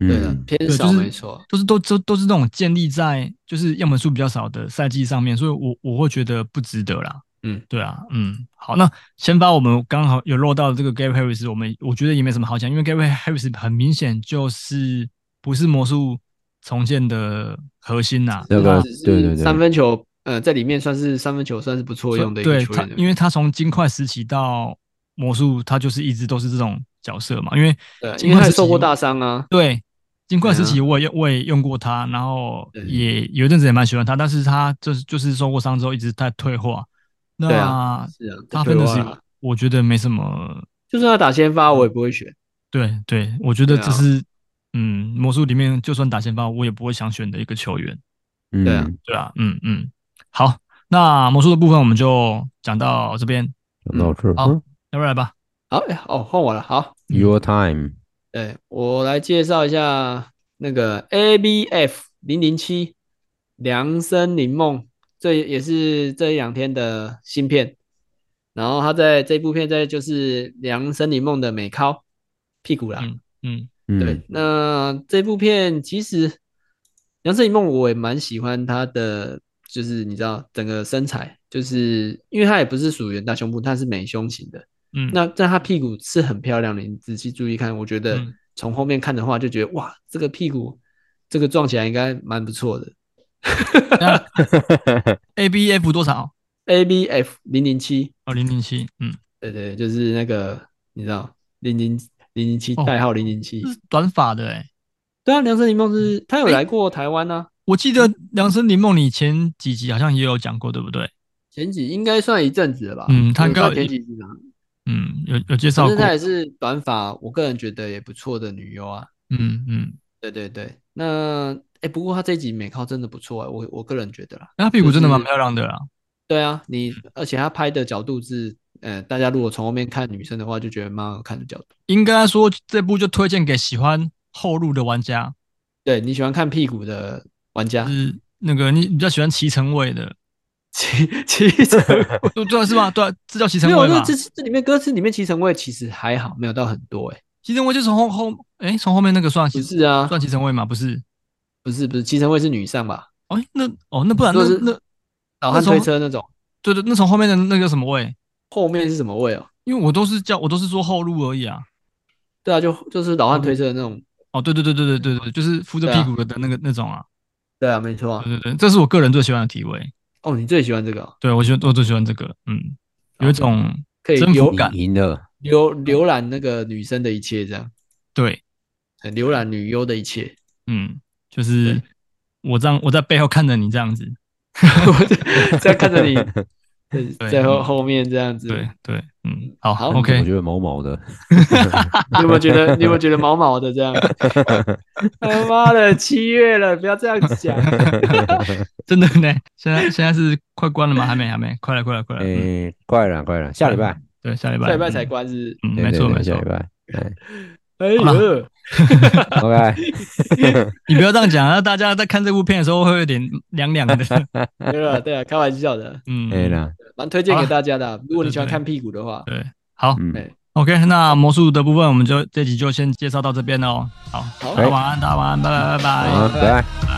S5: 对的
S4: 嗯，
S5: 偏
S2: 对啊
S5: 少，
S2: 就是
S5: 没错。
S2: 都是都都都是那种建立在就是样本数比较少的赛季上面，所以我我会觉得不值得啦。
S5: 嗯，
S2: 对啊，嗯，好，那先把我们刚好有漏到这个 Gary Harris，我们我觉得也没什么好讲，因为 Gary Harris 很明显就是不是魔术重建的核心呐、
S4: 这个
S5: 只是
S4: 对对对
S5: 三分球，呃，在里面算是三分球算是不错用的一个
S2: 对
S5: 球
S2: 他
S5: 员，，
S2: 因为他从金块时期到魔术，他就是一直都是这种角色嘛。因为
S5: 对，啊
S2: 金
S5: 因
S2: 块
S5: 为他也
S2: 时期
S5: 受过大伤啊，
S2: 对金块时
S5: 对
S2: 期我也用我也用过他，然后
S5: 对
S2: 也有一阵子也蛮喜欢他，但是他就是就是受过伤之后一直在退化。那
S5: 对啊是啊，
S2: 他
S5: 对
S2: 分的
S5: 我
S2: 是
S5: 啊，
S2: 我觉得没什么。
S5: 就算他打先发，我也不会选。
S2: 对对，我觉得
S5: 对啊
S2: 这是、嗯，魔术里面就算打先发，我也不会想选的一个球员。
S5: 对啊
S4: 嗯，
S2: 对啊，嗯嗯，好，那魔术的部分我们就讲到这边，
S4: 讲到这儿，
S2: 嗯
S4: 嗯
S2: 好要不然吧，
S5: 好，哎哦，换我了。好，
S4: Your time，
S5: 对我来介绍一下那个 ABF 零零七梁森林梦，这也是这两天的新片。然后他在这部片在就是梁森林梦的美尻屁股啦，
S2: 嗯
S5: 对
S4: 嗯，，
S5: 那这部片其实《梁山一梦》我也蛮喜欢它的，就是你知道整个身材，就是因为它也不是属于大胸部，它是美胸型的。
S2: 嗯，
S5: 那但它屁股是很漂亮的，你仔细注意看，我觉得
S2: 嗯
S5: 从后面看的话，就觉得哇，这个屁股这个撞起来应该蛮不错的。
S2: A B F 多少？
S5: A B F 零零七，
S2: 哦，零零七，嗯，
S5: 对对，就是那个你知道零零零零七
S2: 哦
S5: 代号零零七
S2: 这，是短发的哎、
S5: 对啊，《梁山一梦》是他有
S2: 哎
S5: 来过台湾啊。
S2: 我记得《梁生林梦》你前几集好像也有讲过，对不对？
S5: 前几应该算一阵子了吧？
S2: 嗯他
S5: 有
S2: 应该
S5: 到
S2: 有
S5: 前
S2: 一
S5: 几集吧，
S2: 嗯，有有介绍
S5: 反
S2: 过
S5: 正，她也是短发，我个人觉得也不错的女优啊。
S2: 嗯嗯，
S5: 对对对，那哎、诶不过她这集美靠真的不错啊，我我个人觉得啦。
S2: 那她屁股真的蛮
S5: 就是
S2: 漂亮的啦，
S5: 对啊，你而且她拍的角度是，呃，大家如果从后面看女生的话，就觉得蛮好看的角度。
S2: 应该说这部就推荐给喜欢后路的玩家，
S5: 对你喜欢看屁股的玩家
S2: 就，
S5: [laughs]
S2: 是那个你比较喜欢骑乘位的，
S5: 其
S2: [laughs]
S5: 其实
S2: 对对啊是
S5: [laughs]
S2: 吧？对啊，这叫骑乘
S5: 没有，
S2: 位
S5: 那
S2: 嘛？
S5: 这这里面歌词里面其成位其实还好，没有到很多哎、诶
S2: 骑乘位就是从后后，哎，从后面那个算
S5: 不
S2: 骑
S5: 是啊，
S2: 算骑乘位吗？不是，
S5: 不是不是，其成位是女上吧？
S2: 哦，那哦那不然那
S5: 就是
S2: 那
S5: 老
S2: 那
S5: 汉
S2: 从
S5: 推车那种，
S2: 对对，那从后面的那个什么位？
S5: 后面是什么位哦？
S2: 因为我都是叫我都是说后路而已啊。
S5: 对啊，就就是老汉推车的那种。
S2: 哦，对对对对对对对，就是扶着
S5: 对啊
S2: 屁股的那个那种啊。
S5: 对啊，没错啊
S2: 对。对对，这是我个人最喜欢的体位。
S5: 哦，你最喜欢这个哦、
S2: 对我觉得我最喜欢这个，嗯，有一种
S5: 可以
S2: 征服
S5: 浏
S2: 感。
S4: 你赢了，
S5: 浏浏览那个女生的一切，这样
S2: 对，
S5: 呃浏览女优的一切。
S2: 嗯，就是我这样我在背后看着你这样子。
S5: 我在在看着你，在在后
S2: 嗯
S5: 后面这样子。
S2: 对对，嗯，好
S5: 好
S4: 我
S2: ，OK，
S4: 觉得毛毛的，
S5: 你有没有觉得？你有没有觉得毛毛的这
S2: [laughs]
S5: 样？他妈的，七月了，不要这样
S2: [laughs]
S5: 讲。
S2: 真的呢。现在现在是快关了吗？还没还没，快了快了快了。 [laughs] 嗯
S4: 哎，快了快了，下礼拜，
S2: 对，下礼拜
S5: 下礼拜
S2: 嗯
S5: 才关日。
S2: 嗯，
S4: 对
S2: 没
S4: 对
S2: 错
S4: 对
S2: 没错
S4: 下
S2: [laughs]
S4: 礼。拜，哎
S5: 哎呦，
S4: ，OK，
S2: 你不要这样讲，那大家在看这部片的时候会有点凉凉
S4: [laughs]
S2: 的。
S5: 没有啦，对啊，开玩笑的，
S2: 嗯，
S4: 哎啦，
S5: 蛮推荐
S2: 好
S5: 给
S2: 啦
S5: 大家的啊。如果你喜欢
S2: 对对
S5: 看屁股的话，
S2: 对，好
S4: 嗯，
S5: 哎
S2: ，OK，那魔术的部分我们就这集就先介绍到这边喽。好，
S5: 好
S2: 大家晚安，大家晚安，拜拜拜拜
S4: 好，拜拜。
S2: 拜。